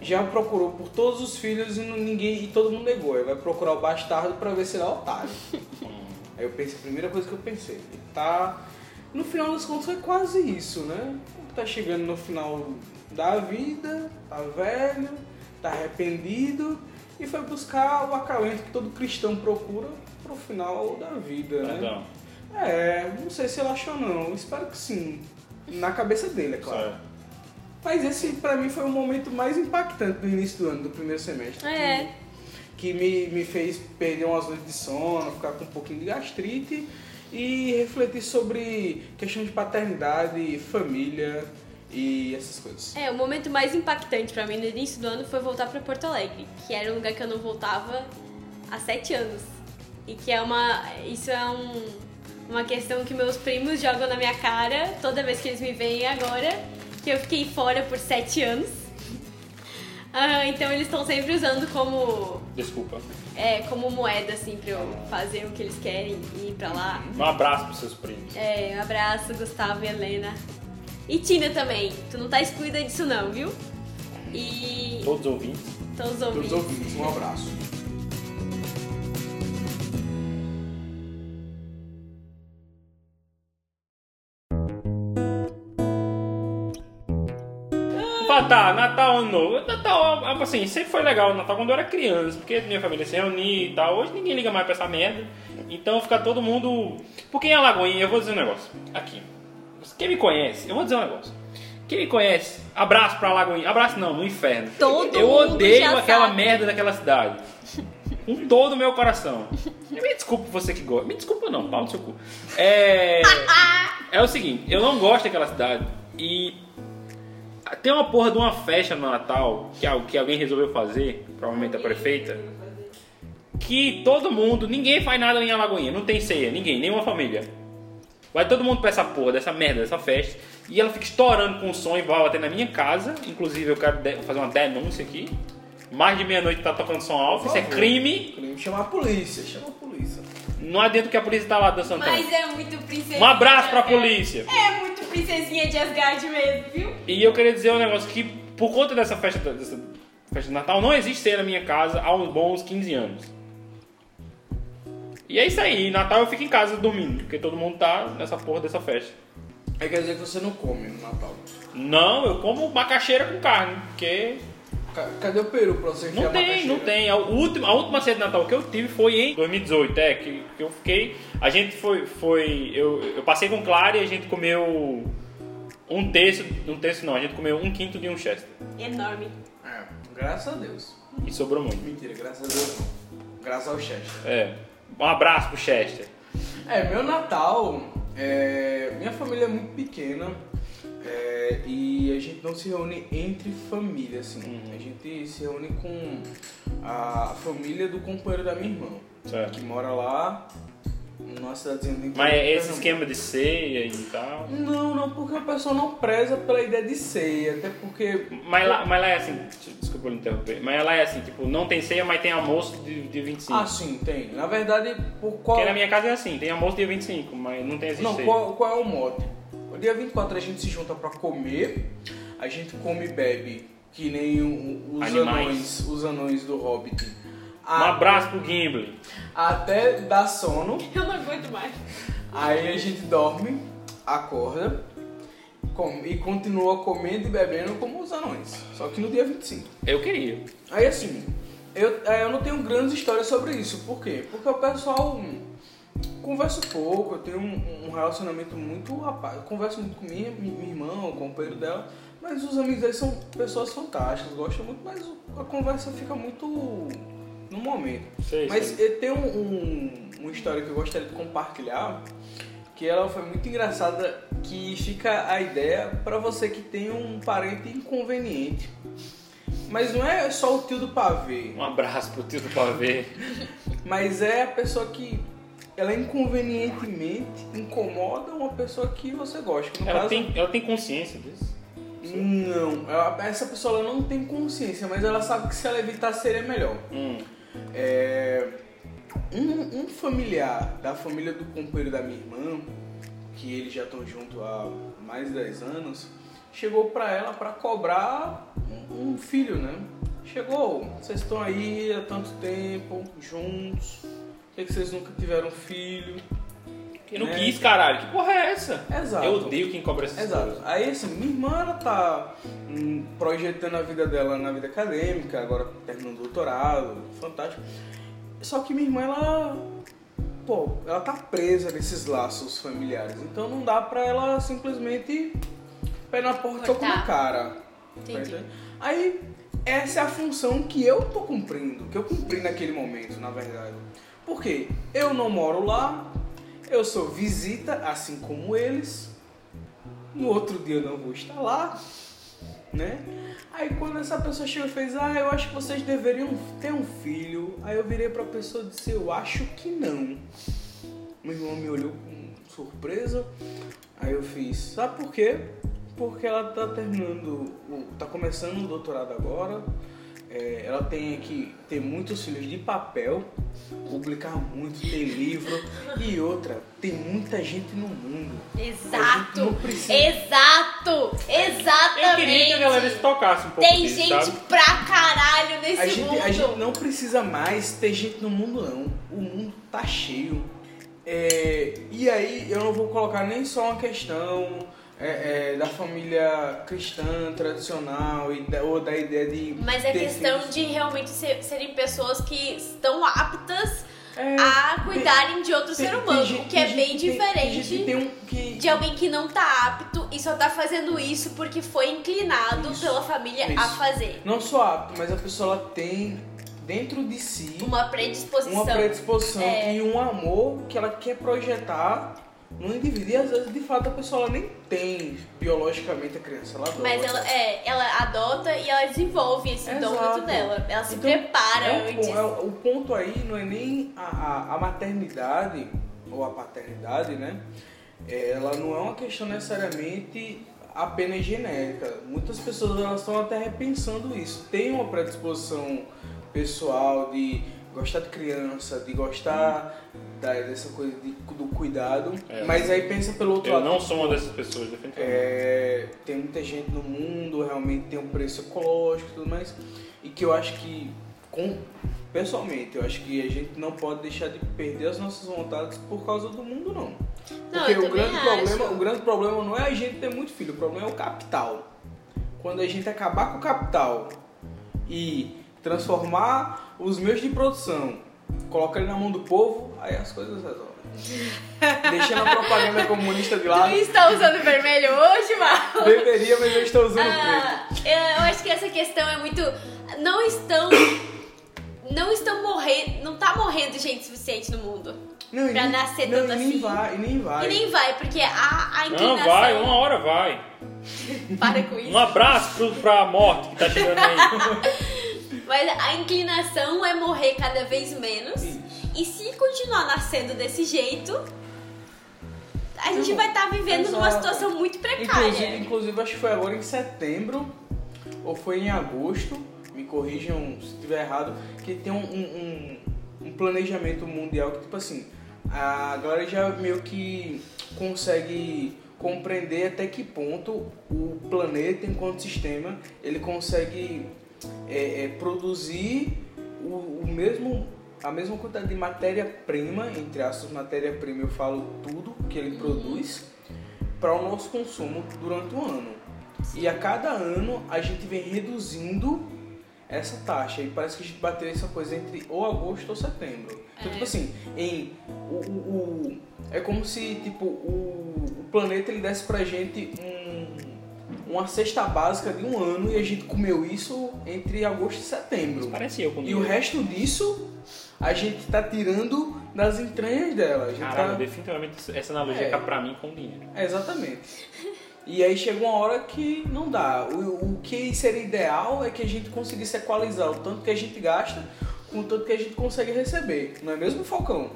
Speaker 2: Já procurou por todos os filhos e não- ninguém e todo mundo negou. Aí vai procurar o bastardo pra ver se ele é otário. Aí eu pensei, a primeira coisa que eu pensei, ele tá. No final das contas foi quase isso, né? Tá chegando no final da vida, tá velho, tá arrependido e foi buscar o acalento que todo cristão procura pro final da vida, né?
Speaker 4: Então,
Speaker 2: É, não sei se ele achou não, espero que sim. Na cabeça dele, é claro.
Speaker 4: só-
Speaker 2: Mas esse pra mim foi o momento mais impactante do início do ano, do primeiro semestre.
Speaker 1: É.
Speaker 2: Que, que me, me fez perder umas noites de sono, ficar com um pouquinho de gastrite e refletir sobre questão de paternidade, família e essas coisas.
Speaker 1: É, o momento mais impactante pra mim no início do ano foi voltar pra Porto Alegre, que era um lugar que eu não voltava há sete anos. E que é uma. Isso é um, uma questão que meus primos jogam na minha cara toda vez que eles me veem agora, que eu fiquei fora por sete anos. Ah, então eles estão sempre usando como,
Speaker 4: Desculpa.
Speaker 1: é, como moeda, assim, pra eu fazer o que eles querem e ir pra lá.
Speaker 4: Um abraço pros seus primos.
Speaker 1: É, um abraço, Gustavo e Helena. E Tina também. Tu não tá excluída disso não, viu? E
Speaker 4: Todos ouvintes.
Speaker 1: todos
Speaker 2: Todos
Speaker 1: ouvindo.
Speaker 2: ouvintes, um abraço.
Speaker 4: Natal, Natal, Ano Novo. Natal, assim, sempre foi legal o Natal quando eu era criança, porque minha família se reunia e tal. Hoje ninguém liga mais pra essa merda. Então fica todo mundo. Porque em Alagoinha, eu vou dizer um negócio. Aqui. Quem me conhece, eu vou dizer um negócio. Quem me conhece, abraço pra Alagoinha. Abraço não, no inferno.
Speaker 1: Todo
Speaker 4: eu
Speaker 1: mundo
Speaker 4: odeio
Speaker 1: já
Speaker 4: aquela
Speaker 1: sabe.
Speaker 4: merda daquela cidade. Com todo o meu coração. Me desculpa você que gosta. Me desculpa não, pau no seu cu. É. É o seguinte, eu não gosto daquela cidade. E tem uma porra de uma festa no Natal que, al- que alguém resolveu fazer, provavelmente a prefeita, que todo mundo, ninguém faz nada em Alagoinha, não tem ceia, ninguém, nenhuma família. Vai todo mundo pra essa porra, dessa merda, dessa festa, e ela fica estourando com o som e vai até na minha casa, inclusive eu quero de- fazer uma denúncia aqui. Mais de meia-noite tá tocando som alto, isso é
Speaker 2: favor.
Speaker 4: crime,
Speaker 2: Crime, Chama a polícia, chama a polícia.
Speaker 4: não adianta que a polícia tá lá dançando. também.
Speaker 1: Mas é muito princesinha.
Speaker 4: Um abraço pra
Speaker 1: de-
Speaker 4: polícia!
Speaker 1: É muito princesinha de Asgard mesmo, viu?
Speaker 4: E eu queria dizer um negócio que, por conta dessa festa, dessa festa de Natal, não existe ceia na minha casa há uns bons 15 anos. E é isso aí, Natal eu fico em casa dormindo, porque todo mundo tá nessa porra dessa festa.
Speaker 2: Aí quer dizer que você não come no Natal.
Speaker 4: Não, eu como macaxeira com carne, porque
Speaker 2: Ca- Cadê o peru pra você enfiar
Speaker 4: não tem,
Speaker 2: macaxeira?
Speaker 4: não tem. A última, a última ceia de Natal que eu tive foi em 2018, é, que, que eu fiquei. A gente foi. foi eu, eu passei com Clara e a gente comeu um terço. Um terço não, a gente comeu um quinto de um Chester.
Speaker 1: Enorme.
Speaker 2: É, graças a Deus.
Speaker 4: E sobrou muito.
Speaker 2: Mentira, graças a Deus não. Graças ao Chester.
Speaker 4: É. Um abraço pro Chester.
Speaker 2: É, meu Natal, é, minha família é muito pequena é, e a gente não se reúne entre família, assim.
Speaker 4: Uhum.
Speaker 2: A gente se reúne com a família do companheiro da minha irmã,
Speaker 4: Certo.
Speaker 2: que mora lá numa cidadezinha do interior
Speaker 4: Mas
Speaker 2: de
Speaker 4: é esse
Speaker 2: Pernambuco.
Speaker 4: esquema de ceia e tal.
Speaker 2: Não, não, porque a pessoa não preza pela ideia de ceia, até porque...
Speaker 4: Mas lá, mas lá é assim, desculpa eu interromper, mas lá é assim, tipo, não tem ceia, mas tem almoço de, de 25.
Speaker 2: Ah, sim, tem. Na verdade, por qual...
Speaker 4: Porque na minha casa é assim, tem almoço de 25, mas não tem esse
Speaker 2: Não,
Speaker 4: ceia. Um
Speaker 2: qual, qual é o mote? O dia 24 a gente se junta pra comer, a gente come e bebe, que nem o- os
Speaker 4: Animais.
Speaker 2: anões, os anões do Hobbit.
Speaker 4: Um
Speaker 2: A-
Speaker 4: abraço pro Gimble.
Speaker 2: Até dar sono,
Speaker 1: Eu não aguento mais.
Speaker 2: aí a gente dorme, acorda come- e continua comendo e bebendo como os anões. Só que no dia 25.
Speaker 4: Eu queria.
Speaker 2: Aí assim, eu, é, eu não tenho grandes histórias sobre isso. Por quê? Porque o pessoal hum, conversa pouco, eu tenho um, um relacionamento muito rapaz. Eu converso muito com minha, mi- minha irmã, o companheiro dela, mas os amigos deles são pessoas fantásticas, gostam muito, mas o- a conversa fica muito no momento.
Speaker 4: Sei,
Speaker 2: Mas
Speaker 4: sei.
Speaker 2: eu tenho um- uma história que eu gostaria de compartilhar, que ela foi muito engraçada, que fica a ideia pra você que tem um parente inconveniente. Mas não é só o tio do pavê,
Speaker 4: Um abraço pro Tito Pavê.
Speaker 2: mas é a pessoa que ela inconvenientemente incomoda uma pessoa que você gosta. que no
Speaker 3: Ela
Speaker 2: caso,
Speaker 3: tem, ela tem consciência disso.
Speaker 2: Não, ela- essa pessoa ela não tem consciência, mas ela sabe que se ela evitar seria melhor.
Speaker 4: Hum.
Speaker 2: É, um, um familiar da família do companheiro da minha irmã, que eles já estão junto há mais de 10 anos, chegou pra ela pra cobrar um, um filho, né? Chegou, vocês estão aí há tanto tempo, juntos, por que que vocês nunca tiveram filho?
Speaker 3: Eu não
Speaker 2: né?
Speaker 3: quis, caralho. Que porra é essa?
Speaker 2: Exato.
Speaker 3: Eu odeio quem cobra essas
Speaker 2: Exato.
Speaker 3: coisas.
Speaker 2: Aí assim, minha irmã ela tá hum, projetando a vida dela na vida acadêmica, agora terminando o doutorado, fantástico. Só que minha irmã ela pô, ela tá presa nesses laços familiares. Então não dá pra ela simplesmente pé na porta e soco na
Speaker 1: Cortar.
Speaker 2: cara. Tá
Speaker 1: Entendi.
Speaker 2: entendendo? Aí essa é a função que eu tô cumprindo, que eu cumpri naquele momento, na verdade. Porque eu não moro lá, eu sou visita, assim como eles. No outro dia eu não vou estar lá, né? Aí quando essa pessoa chegou e fez, ah, eu acho que vocês deveriam ter um filho. Aí eu virei pra pessoa e disse, eu acho que não. Meu irmão me olhou com surpresa. Aí eu fiz, sabe por quê? Porque ela tá terminando, o- tá começando o doutorado agora. É, ela tem que ter muitos filhos de papel, publicar muito, ter livro. E outra, tem muita gente no mundo.
Speaker 1: Exato!
Speaker 2: não precisa.
Speaker 1: Exato! Exatamente!
Speaker 4: Eu queria que a galera se tocasse um pouco
Speaker 1: Tem
Speaker 4: disso,
Speaker 1: gente
Speaker 4: sabe?
Speaker 1: pra caralho nesse
Speaker 2: A gente,
Speaker 1: mundo!
Speaker 2: a gente não precisa mais ter gente no mundo, não. O mundo tá cheio. É, e aí eu não vou colocar nem só uma questão é, é, da família cristã tradicional e da- ou da ideia de.
Speaker 1: Mas é
Speaker 2: ter
Speaker 1: questão
Speaker 2: filhos.
Speaker 1: de realmente ser- serem pessoas que estão aptas
Speaker 2: É,
Speaker 1: a cuidarem de outro
Speaker 2: tem-
Speaker 1: ser
Speaker 2: tem
Speaker 1: humano,
Speaker 2: gente-
Speaker 1: o que é
Speaker 2: tem
Speaker 1: bem
Speaker 2: gente- tem- Tem,
Speaker 1: diferente
Speaker 2: gente que tem um, que,
Speaker 1: de alguém que não tá apto e só tá fazendo isso porque foi inclinado
Speaker 2: Isso,
Speaker 1: pela família a
Speaker 2: isso.
Speaker 1: fazer.
Speaker 2: Não só apto, mas a pessoa ela tem dentro de si
Speaker 1: Uma predisposição.
Speaker 2: uma predisposição
Speaker 1: É.
Speaker 2: e um amor que ela quer projetar no indivíduo. E às vezes, de fato, a pessoa ela nem tem biologicamente a criança. Ela adora.
Speaker 1: Mas ela, é, ela adota e ela desenvolve esse dom
Speaker 2: Exato.
Speaker 1: dentro dela. Ela se
Speaker 2: Então,
Speaker 1: prepara
Speaker 2: É o,
Speaker 1: antes.
Speaker 2: pon- é o- o ponto aí não é nem a, a- a maternidade ou a paternidade, né? É, Ela não é uma questão necessariamente apenas genérica. Muitas pessoas elas estão até repensando isso. Tem uma predisposição pessoal de gostar de criança, de gostar da- dessa coisa de- do cuidado,
Speaker 3: É.
Speaker 2: mas aí pensa pelo outro
Speaker 3: Eu
Speaker 2: lado.
Speaker 3: não sou uma dessas pessoas, definitivamente.
Speaker 2: É, tem muita gente no mundo, realmente tem um preço ecológico e tudo mais. E que eu acho que, com- pessoalmente, eu acho que a gente não pode deixar de perder as nossas vontades por causa do mundo, não.
Speaker 1: Não,
Speaker 2: Porque
Speaker 1: eu
Speaker 2: o
Speaker 1: também
Speaker 2: grande,
Speaker 1: acho.
Speaker 2: problema, o grande problema não é a gente ter muito filho, o problema é o capital. Quando a gente acabar com o capital e transformar os meios de produção, colocar ele na mão do povo, aí as coisas resolvem. Deixando a propaganda comunista de lado.
Speaker 1: Tu está usando vermelho hoje, Marcos?
Speaker 2: Deveria, mas eu estou usando preto.
Speaker 1: Ah, eu acho que essa questão é muito. Não estão. Não estão morrendo. Não tá morrendo gente suficiente no mundo.
Speaker 2: Não, e
Speaker 1: pra
Speaker 2: nem-
Speaker 1: nascer
Speaker 2: não,
Speaker 1: tanto
Speaker 2: e nem
Speaker 1: assim.
Speaker 2: Vai, e nem vai.
Speaker 1: E nem vai, porque a, a inclinação.
Speaker 3: Não, vai, uma hora vai.
Speaker 1: Para com isso.
Speaker 3: Um abraço pro, pra morte que tá chegando aí.
Speaker 1: Mas a inclinação é morrer cada vez menos.
Speaker 2: Isso.
Speaker 1: E se continuar nascendo desse jeito, a gente
Speaker 2: Não,
Speaker 1: vai estar vivendo numa
Speaker 2: exato.
Speaker 1: situação muito precária.
Speaker 2: Inclusive, inclusive, acho que foi agora em setembro, ou foi em agosto, me corrijam se estiver errado, que tem um, um- um- um planejamento mundial que, tipo assim, a galera já meio que consegue compreender até que ponto o planeta, enquanto sistema, ele consegue é, é, produzir o, o mesmo a mesma quantidade de matéria-prima, entre aspas, matéria-prima eu falo tudo que ele produz, para o nosso consumo durante o ano. E a cada ano a gente vem reduzindo essa taxa. E parece que a gente bateu essa coisa entre ou agosto ou setembro. Então, tipo assim, em o, o- o- é como se tipo o, o planeta ele desse pra gente um, uma cesta básica de um ano e a gente comeu isso entre agosto e setembro.
Speaker 3: Parece eu quando.
Speaker 2: E o resto disso a gente tá tirando das entranhas dela. A gente
Speaker 3: Caralho,
Speaker 2: tá...
Speaker 3: definitivamente essa analogia
Speaker 2: É.
Speaker 3: tá pra mim com dinheiro.
Speaker 2: É, exatamente. E aí chega uma hora que não dá. O, o que seria ideal é que a gente conseguisse equalizar o tanto que a gente gasta com o tanto que a gente consegue receber. Não é mesmo, Falcão?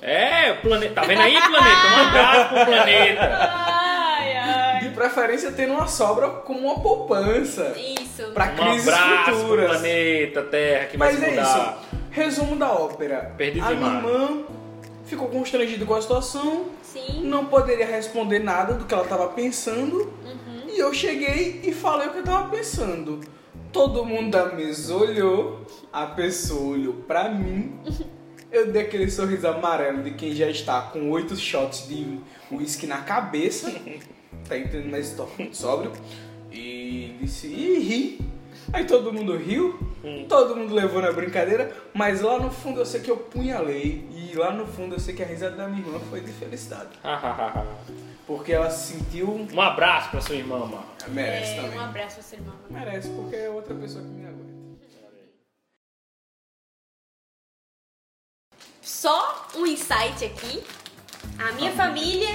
Speaker 4: É, o planeta. Tá vendo aí, planeta? Um abraço pro planeta.
Speaker 1: Ai, ai.
Speaker 2: De preferência tendo uma sobra como uma poupança.
Speaker 1: Isso.
Speaker 2: Pra
Speaker 4: Um
Speaker 2: crises
Speaker 4: abraço pro
Speaker 2: futuras.
Speaker 4: planeta, terra, que
Speaker 2: Mas
Speaker 4: vai se
Speaker 2: é
Speaker 4: mudar.
Speaker 2: isso. Resumo da ópera.
Speaker 4: Perdi
Speaker 2: a minha
Speaker 4: demais.
Speaker 2: irmã ficou constrangida com a situação,
Speaker 1: Sim.
Speaker 2: não poderia responder nada do que ela estava pensando. E eu cheguei e falei o que eu estava pensando. Todo mundo da mesa olhou, a pessoa olhou pra mim. Eu dei aquele sorriso amarelo de quem já está com oito shots de uísque na cabeça. Tá entendendo? Mas estou muito sóbrio. E disse, e ri. Aí todo mundo riu, todo mundo levou na brincadeira, mas lá no fundo eu sei que eu punhalei. E lá no fundo eu sei que a risada da minha irmã foi de felicidade. Porque ela se sentiu.
Speaker 4: um abraço pra sua irmã, mano.
Speaker 2: Merece
Speaker 1: É,
Speaker 2: também.
Speaker 1: um abraço pra sua irmã.
Speaker 2: Merece, porque é outra pessoa que me aguenta.
Speaker 1: Só um insight aqui. A minha família,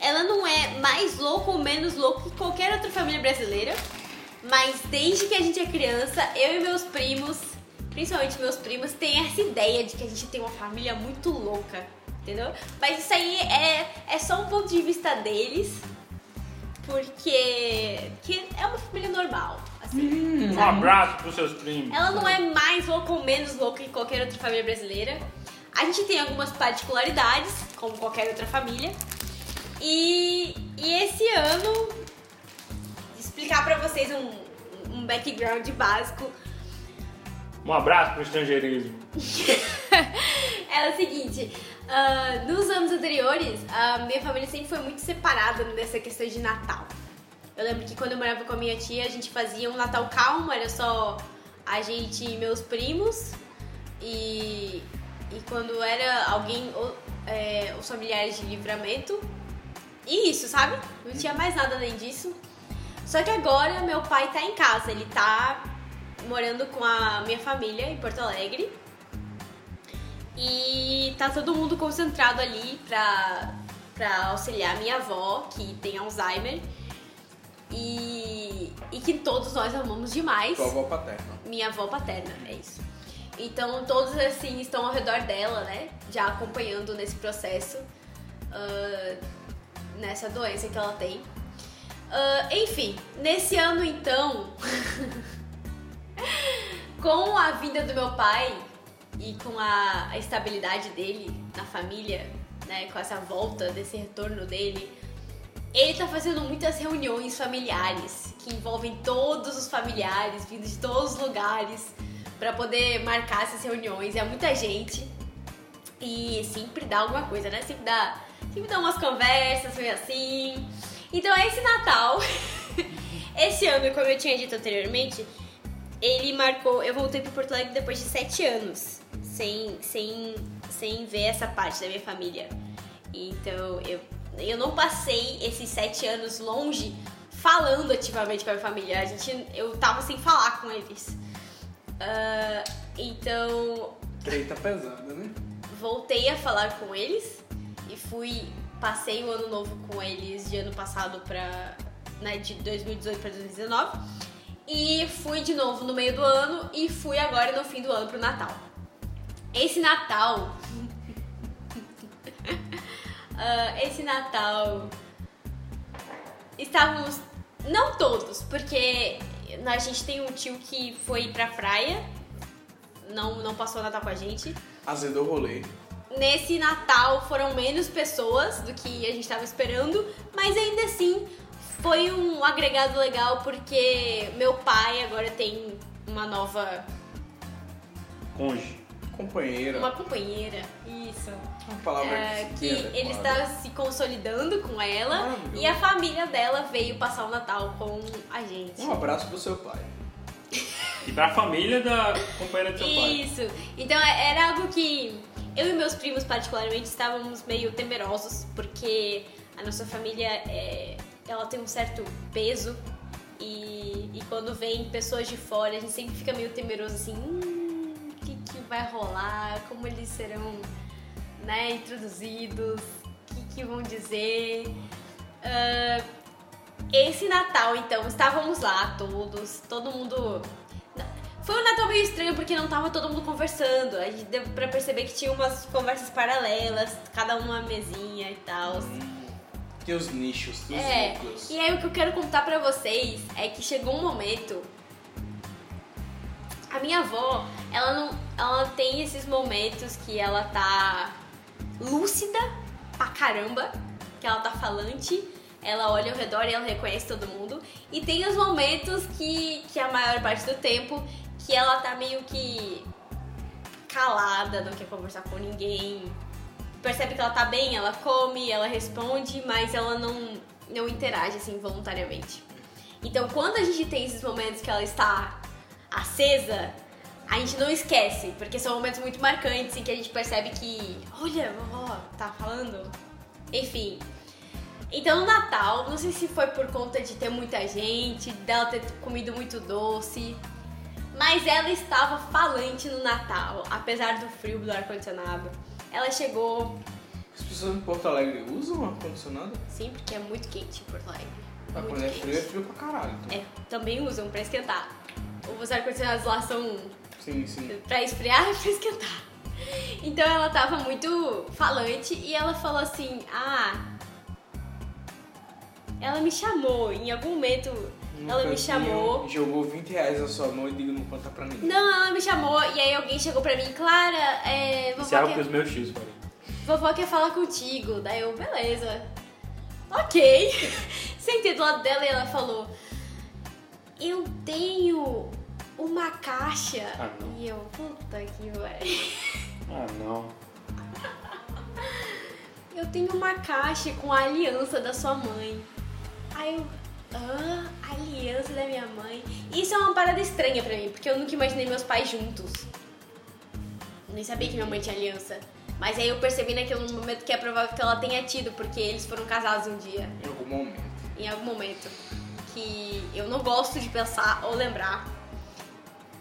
Speaker 1: ela não é mais louca ou menos louca que qualquer outra família brasileira. Mas desde que a gente é criança, eu e meus primos, principalmente meus primos, tem essa ideia de que a gente tem uma família muito louca, entendeu? Mas isso aí é, é só um ponto de vista deles, porque que é uma família normal, assim.
Speaker 3: Uhum.
Speaker 4: Um
Speaker 1: sabe?
Speaker 4: abraço pros seus primos.
Speaker 1: Ela não é mais louca ou menos louca que qualquer outra família brasileira. A gente tem algumas particularidades, como qualquer outra família. E, e esse ano, explicar pra vocês um, um background básico.
Speaker 4: Um abraço pro estrangeirismo.
Speaker 1: é o seguinte, ah, nos anos anteriores, a minha família sempre foi muito separada nessa questão de Natal. Eu lembro que quando eu morava com a minha tia, a gente fazia um Natal calmo, era só a gente e meus primos. E, e quando era alguém, ou- é, os familiares de livramento. E isso, sabe? Não tinha mais nada além disso. Só que agora meu pai tá em casa, ele tá morando com a minha família em Porto Alegre. E tá todo mundo concentrado ali pra, pra auxiliar minha avó, que tem Alzheimer. E, e que todos nós amamos demais.
Speaker 2: Tua avó paterna.
Speaker 1: Minha avó paterna, é isso. Então todos assim estão ao redor dela, né? Já acompanhando nesse processo, ah, nessa doença que ela tem. Ah, enfim, nesse ano então, com a vinda do meu pai e com a, a estabilidade dele na família, né? Com essa volta desse retorno dele, ele tá fazendo muitas reuniões familiares que envolvem todos os familiares vindos de todos os lugares pra poder marcar essas reuniões. É muita gente e sempre dá alguma coisa, né? Sempre dá, sempre dá umas conversas, meio assim. Então esse Natal, esse ano, como eu tinha dito anteriormente, ele marcou. Eu voltei pro Porto Alegre depois de sete anos sem, sem, sem ver essa parte da minha família. Então eu, eu não passei esses sete anos longe falando ativamente com a minha família. A gente, eu tava sem falar com eles. Ah, então
Speaker 2: Treta pesada, né?
Speaker 1: voltei a falar com eles e fui passei o ano novo com eles de ano passado para né, de 2018 para 2019 e fui de novo no meio do ano e fui agora no fim do ano pro Natal. Esse Natal Ah, esse Natal estávamos não todos, porque a gente tem um tio que foi pra praia, não não passou o Natal com a gente.
Speaker 2: Azedou o rolê.
Speaker 1: Nesse Natal foram menos pessoas do que a gente estava esperando, mas ainda assim foi um agregado legal porque meu pai agora tem uma nova.
Speaker 4: Conge.
Speaker 2: Companheira.
Speaker 1: uma companheira. Isso.
Speaker 2: Uma palavra
Speaker 1: É,
Speaker 2: que,
Speaker 1: que
Speaker 2: se entenda,
Speaker 1: ele
Speaker 2: claro.
Speaker 1: está se consolidando com ela
Speaker 2: Maravilhoso.
Speaker 1: e a família dela veio passar o Natal com a gente.
Speaker 2: Um abraço pro seu pai.
Speaker 4: E pra família da companheira de seu pai.
Speaker 1: Isso. Então é- era algo que eu e meus primos particularmente estávamos meio temerosos porque a nossa família é, ela tem um certo peso e, e quando vem pessoas de fora a gente sempre fica meio temeroso assim, hum, o que, que vai rolar, como eles serão né, introduzidos, o que, que vão dizer. Ah, esse Natal, então, estávamos lá todos, todo mundo. Foi um Natal meio estranho porque não tava todo mundo conversando. A gente deu pra perceber que tinha umas conversas paralelas, cada uma uma mesinha e tal.
Speaker 2: Tem os nichos, tem os
Speaker 1: É,
Speaker 2: núcleos.
Speaker 1: e aí o que eu quero contar pra vocês é que chegou um momento. A minha avó, ela não. Ela tem esses momentos que ela tá lúcida pra caramba, que ela tá falante, ela olha ao redor e ela reconhece todo mundo. E tem os momentos que, que a maior parte do tempo que ela tá meio que calada, não quer conversar com ninguém. Percebe que ela tá bem, ela come, ela responde, mas ela não, não interage assim voluntariamente. Então, quando a gente tem esses momentos que ela está acesa, a gente não esquece, porque são momentos muito marcantes em que a gente percebe que, olha, a vovó tá falando. Enfim. Então, no Natal, não sei se foi por conta de ter muita gente, dela ter comido muito doce, mas ela estava falante no Natal, apesar do frio do ar-condicionado. Ela chegou,
Speaker 2: As pessoas em Porto Alegre usam ar-condicionado?
Speaker 1: sim, porque é muito quente em Porto Alegre.
Speaker 2: Pra
Speaker 1: Muito
Speaker 2: quando é
Speaker 1: quente.
Speaker 2: frio, é frio pra caralho. então.
Speaker 1: É, também usam pra esquentar. Os ar-condicionados lá são
Speaker 2: Sim, sim.
Speaker 1: pra esfriar e pra esquentar. Então ela tava muito falante e ela falou assim: Ah. Ela me chamou, em algum momento
Speaker 2: No
Speaker 1: ela me
Speaker 2: cantinho,
Speaker 1: chamou.
Speaker 2: Jogou 20 reais na sua mão e digo, não conta pra ninguém.
Speaker 1: Não, ela me chamou e aí alguém chegou pra mim, Clara, é,
Speaker 4: Isso é
Speaker 1: vovó,
Speaker 4: algo que os
Speaker 1: quer,
Speaker 4: meus tios falam.
Speaker 1: vovó quer falar contigo. Daí eu, beleza. Ok. Sentei do lado dela e ela falou: Eu tenho uma caixa.
Speaker 4: Ah, não.
Speaker 1: e eu, puta que pariu.
Speaker 4: Ah, não.
Speaker 1: Eu tenho uma caixa com a aliança da sua mãe. Aí eu. Ah, a aliança da minha mãe. Isso é uma parada estranha pra mim, porque eu nunca imaginei meus pais juntos. Eu nem sabia que minha mãe tinha aliança. Mas aí eu percebi naquele momento que é provável que ela tenha tido, porque eles foram casados um dia,
Speaker 2: Em algum momento.
Speaker 1: em algum momento. Que eu não gosto de pensar ou lembrar.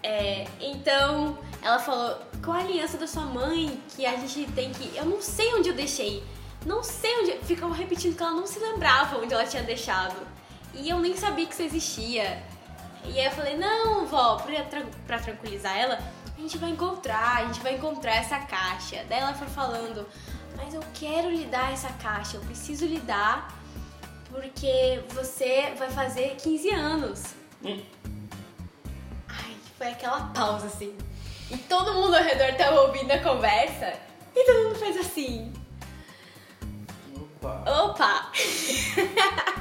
Speaker 1: É, então, ela falou, qual a aliança da sua mãe que a gente tem que... Eu não sei onde eu deixei. Não sei onde... Ficava repetindo que ela não se lembrava onde ela tinha deixado. E eu nem sabia que isso existia. E aí eu falei, não, vó, pra, tra- pra tranquilizar ela, a gente vai encontrar, a gente vai encontrar essa caixa. Daí ela foi falando, mas eu quero lhe dar essa caixa, eu preciso lhe dar, porque você vai fazer 15 anos. Ai, foi aquela pausa assim. E todo mundo ao redor tava ouvindo a conversa. E todo mundo fez assim.
Speaker 2: Opa.
Speaker 1: Opa!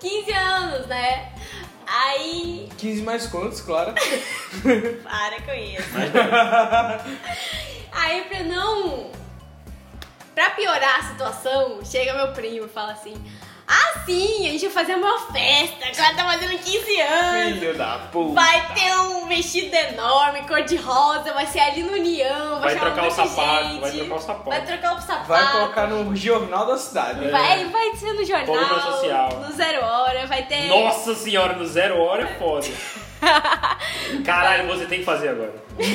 Speaker 1: 15 anos, né? Aí.
Speaker 2: 15 mais quantos, claro.
Speaker 1: Para com isso. Aí pra não. Pra piorar a situação, chega meu primo e fala assim. Ah sim, a gente vai fazer uma festa, agora tá fazendo 15 anos.
Speaker 2: Filho da puta.
Speaker 1: Vai ter um vestido enorme, cor de rosa, vai ser ali no União,
Speaker 4: Vai
Speaker 1: vai, chamar
Speaker 4: trocar o
Speaker 1: um monte de
Speaker 4: sapato,
Speaker 1: gente,
Speaker 4: vai trocar o sapato.
Speaker 1: Vai trocar o sapato.
Speaker 2: Vai colocar no jornal da cidade. né?
Speaker 1: Vai, vai ser no jornal,
Speaker 4: Coluna É. social.
Speaker 1: no Zero Hora, vai ter...
Speaker 4: Nossa senhora, no zero hora é foda. Caralho, você tem que fazer agora.
Speaker 2: 15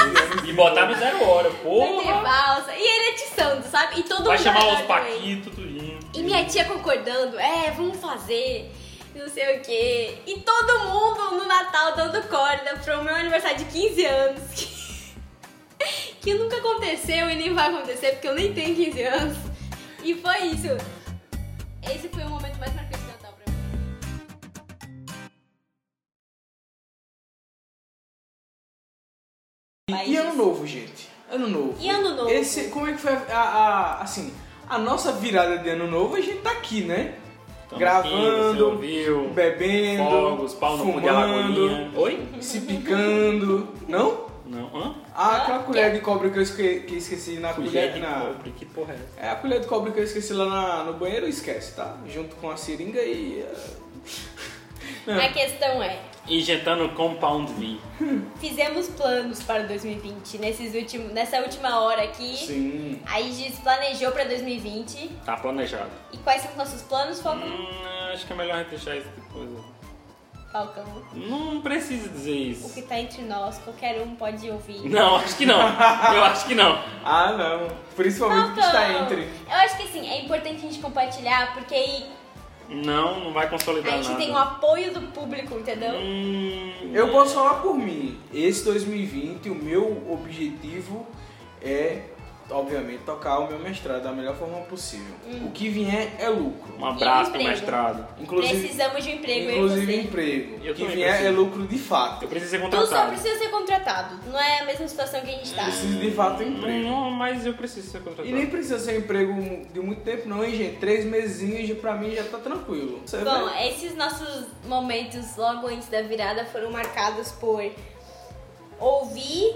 Speaker 2: anos.
Speaker 4: E botar no zero hora,
Speaker 1: Vai ter
Speaker 4: porra.
Speaker 1: valsa. E ele é de santo, sabe? E todo
Speaker 4: Vai
Speaker 1: mundo
Speaker 4: chamar os
Speaker 1: vai lá também.
Speaker 4: Paquito, tudinho.
Speaker 1: E minha tia concordando, é, vamos fazer, não sei o quê. E todo mundo no Natal dando corda pro meu aniversário de 15 anos. que- Que nunca aconteceu e nem vai acontecer, porque eu nem tenho 15 anos. E foi isso. Esse foi o momento mais marcante do Natal pra mim.
Speaker 2: E ano novo, gente. Ano novo.
Speaker 1: E ano novo?
Speaker 2: Esse, como é que foi a, a- assim, a nossa virada de ano novo, a gente tá aqui, né?
Speaker 4: Tamo aqui, você
Speaker 2: Gravando,
Speaker 4: ouviu?
Speaker 2: bebendo,
Speaker 4: Fogos, pau no cu de
Speaker 2: fumando,
Speaker 4: alagoinha. Oi?
Speaker 2: se picando, não?
Speaker 4: Não, hã?
Speaker 2: Ah, aquela colher de cobre que eu esque- que eu esqueci na
Speaker 4: Colher
Speaker 2: colher,
Speaker 4: de
Speaker 2: na,
Speaker 4: cobre, que porra é essa?
Speaker 2: É a colher de cobre que eu esqueci lá na- no banheiro, esquece, tá? Junto com a seringa e. ah,
Speaker 1: A questão é,
Speaker 4: Injetando Compound V.
Speaker 1: fizemos planos para 2020 nesses últimos, nessa última hora aqui.
Speaker 2: Sim.
Speaker 1: Aí a gente planejou pra 2020.
Speaker 4: Tá planejado.
Speaker 1: E quais são os nossos planos, Falcão?
Speaker 4: Hum, acho que é melhor deixar isso depois.
Speaker 1: Falcão.
Speaker 4: Não precisa dizer
Speaker 1: O que
Speaker 4: isso.
Speaker 1: tá entre nós, qualquer um pode ouvir.
Speaker 4: Não, acho que não. Eu acho que não.
Speaker 2: Ah, não. Principalmente que está entre.
Speaker 1: Eu acho que assim, é importante a gente compartilhar, porque aí
Speaker 4: Não, não vai consolidar
Speaker 1: A gente
Speaker 4: nada.
Speaker 1: tem o apoio do público, entendeu?
Speaker 4: Hum,
Speaker 2: Eu posso falar por mim. Esse 2020, o meu objetivo é, obviamente, tocar o meu mestrado da melhor forma possível.
Speaker 1: Hum.
Speaker 2: O que vier é lucro.
Speaker 4: um abraço pro
Speaker 1: emprego.
Speaker 4: mestrado.
Speaker 2: Inclusive,
Speaker 1: Precisamos de um emprego,
Speaker 2: inclusive
Speaker 1: eu e você.
Speaker 2: emprego.
Speaker 4: Eu
Speaker 2: O que
Speaker 4: também
Speaker 2: vier
Speaker 4: preciso.
Speaker 2: é lucro de fato.
Speaker 4: Eu preciso ser
Speaker 1: Tu só
Speaker 4: contratado.
Speaker 1: precisa ser contratado. Não é a mesma situação que a gente tá.
Speaker 2: Preciso de fato emprego.
Speaker 4: Não, não, mas eu preciso ser contratado.
Speaker 2: E nem precisa ser emprego de muito tempo, não, hein, gente? Três mesinhos já- pra mim já tá tranquilo. Você
Speaker 1: Bom,
Speaker 2: vai-
Speaker 1: esses nossos momentos logo antes da virada foram marcados por ouvir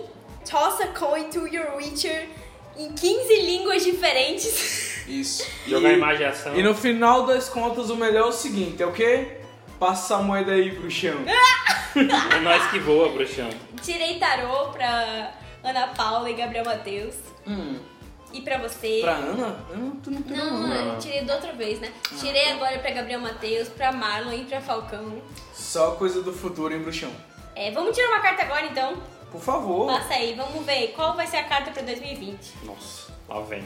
Speaker 1: Toss a Coin to Your Witcher em 15 línguas diferentes.
Speaker 2: Isso.
Speaker 4: Jogar
Speaker 2: E-
Speaker 4: imaginação.
Speaker 2: E no final das contas, o melhor é o seguinte: é o quê? Passa a moeda aí, bruxão.
Speaker 1: Ah!
Speaker 4: É nós que voa, bruxão.
Speaker 1: Tirei tarô pra Ana Paula e Gabriel Matheus.
Speaker 2: Hum,
Speaker 1: E pra você.
Speaker 2: pra Ana? Ana, tu não tem
Speaker 1: Não,
Speaker 2: nome.
Speaker 4: Ah.
Speaker 1: eu tirei da outra vez, né? Tirei agora pra Gabriel Matheus, pra Marlon e pra Falcão.
Speaker 2: Só coisa do futuro, hein, bruxão?
Speaker 1: É, vamos tirar uma carta agora então?
Speaker 2: Por favor,
Speaker 1: Passa aí, vamos ver qual vai ser a carta pra 2020.
Speaker 4: Nossa, lá vem.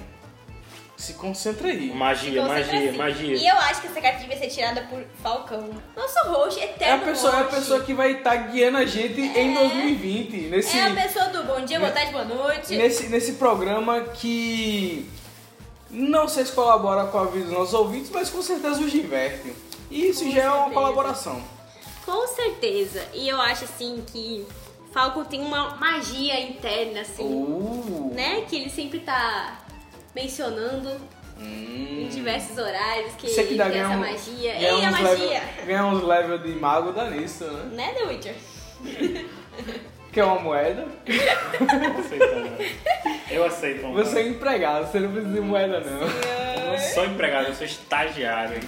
Speaker 2: se concentra aí.
Speaker 4: Magia,
Speaker 1: Concentra
Speaker 4: magia,
Speaker 1: assim. E
Speaker 4: magia.
Speaker 1: eu acho que essa carta devia ser tirada por Falcão. Nosso host,
Speaker 2: É a
Speaker 1: eterno
Speaker 2: pessoa, é a
Speaker 1: host.
Speaker 2: pessoa que vai estar guiando a gente em 2020, nesse,
Speaker 1: É a pessoa do bom dia,
Speaker 2: Né?
Speaker 1: boa tarde, boa noite.
Speaker 2: nesse, nesse programa que não sei se colabora com a vida dos nossos ouvintes, mas com certeza os diverte. E isso
Speaker 1: Com
Speaker 2: já é uma
Speaker 1: certeza.
Speaker 2: colaboração.
Speaker 1: Com certeza. E eu acho assim que Falcão tem uma magia interna, assim,
Speaker 4: Oh.
Speaker 2: Uh,
Speaker 1: né? Que ele sempre tá mencionando
Speaker 2: hum.
Speaker 1: em diversos horários que
Speaker 2: Isso aqui
Speaker 1: ele
Speaker 2: dá
Speaker 1: tem
Speaker 2: ganhar
Speaker 1: essa
Speaker 2: um-
Speaker 1: magia.
Speaker 2: ganhar
Speaker 1: Ei, a
Speaker 2: uns
Speaker 1: magia!
Speaker 2: Level, ganhar uns level de mago dá nisso, né?
Speaker 1: Né, The Witcher?
Speaker 2: Que é uma moeda.
Speaker 4: Eu aceito, né? Eu aceito. mano.
Speaker 2: Você é empregado, você não precisa de moeda, não.
Speaker 4: Eu não sou empregado, eu sou estagiário.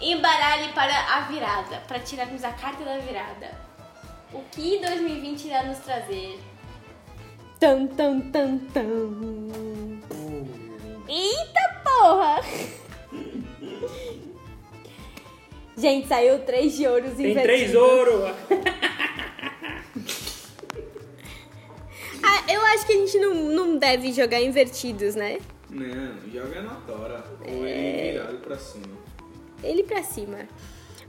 Speaker 1: Embaralhe para a virada, para tirarmos a carta da virada. O que 2020 irá nos trazer? Tan, tan, tan, tan. Eita porra! Gente, saiu três de ouros
Speaker 4: Tem
Speaker 1: invertidos.
Speaker 4: três ouro!
Speaker 1: Ah, eu acho que a gente não, não deve jogar invertidos, né?
Speaker 2: Não, joga na tora. Ou ele é virado pra cima.
Speaker 1: ele pra cima.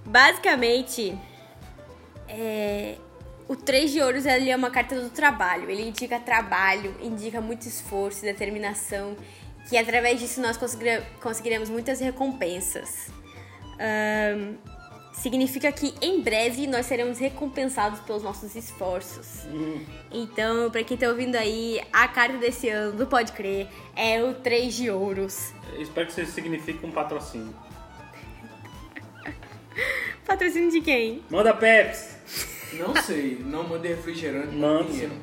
Speaker 1: Basicamente, é, o três de ouros ele é uma carta do trabalho. Ele indica trabalho, indica muito esforço, determinação, que através disso nós conseguire- conseguiremos muitas recompensas. Ahn, significa que em breve nós seremos recompensados pelos nossos esforços. Então, pra quem tá ouvindo aí, a carta desse ano, do Pode Crer, é o três de ouros.
Speaker 4: Eu espero que isso signifique um patrocínio.
Speaker 1: Patrocínio de quem?
Speaker 4: Manda Pepsi!
Speaker 2: Não sei, não mandei refrigerante,
Speaker 4: Manda.
Speaker 2: mandei dinheiro.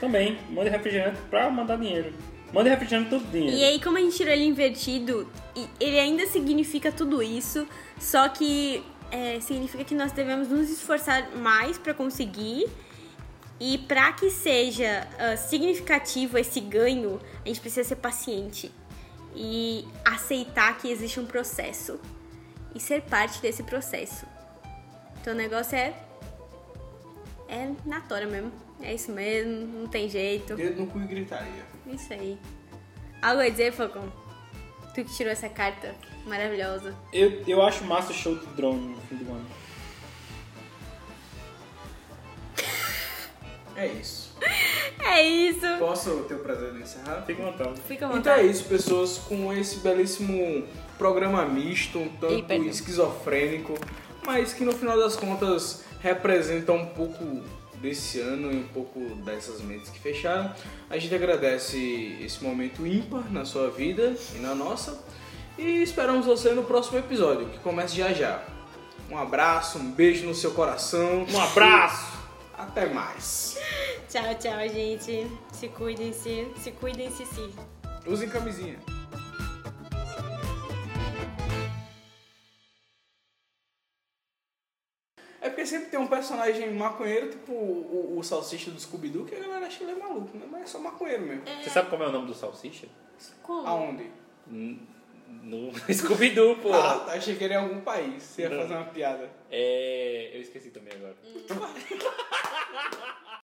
Speaker 4: Também, manda refrigerante pra mandar dinheiro. Manda refrigerante todo dinheiro.
Speaker 1: E aí, como a gente tirou ele invertido, e- ele ainda significa tudo isso, só que é, significa que nós devemos nos esforçar mais para conseguir. E para que seja ah, significativo esse ganho, a gente precisa ser paciente e aceitar que existe um processo e ser parte desse processo. Então o negócio é. É na tora mesmo. É isso mesmo, não tem jeito.
Speaker 2: Dedo no cu e gritaria.
Speaker 1: Isso aí. Algo a dizer, Falcão? Tu que tirou essa carta maravilhosa.
Speaker 4: Eu, eu acho massa o show do drone no fim do ano.
Speaker 2: É isso.
Speaker 1: É isso!
Speaker 2: Posso ter o prazer de encerrar?
Speaker 4: Fica à vontade.
Speaker 1: Fica à
Speaker 2: Então é
Speaker 1: vontade.
Speaker 2: isso, pessoas, com esse belíssimo programa misto, um tanto
Speaker 1: Ih, perdão.
Speaker 2: esquizofrênico, mas que no final das contas representa um pouco desse ano e um pouco dessas mentes que fecharam. A gente agradece esse momento ímpar na sua vida e na nossa. E esperamos você no próximo episódio, que começa já já. Um abraço, um beijo no seu coração.
Speaker 4: Um abraço!
Speaker 2: Até mais.
Speaker 1: Tchau, tchau, gente. Se cuidem-se. Se cuidem-se, sim.
Speaker 2: Usem camisinha. É porque sempre tem um personagem maconheiro, tipo o, o- o salsicha do Scooby-Doo, que a galera acha que ele é maluco, né? Mas é só maconheiro mesmo.
Speaker 4: Você sabe como é o nome do salsicha?
Speaker 1: Como?
Speaker 2: Aonde?
Speaker 4: N- No Scooby-Doo, pô.
Speaker 2: Ah, tá, achei que era em algum país. Você ia
Speaker 4: Não.
Speaker 2: fazer uma piada.
Speaker 4: É. Eu esqueci também agora.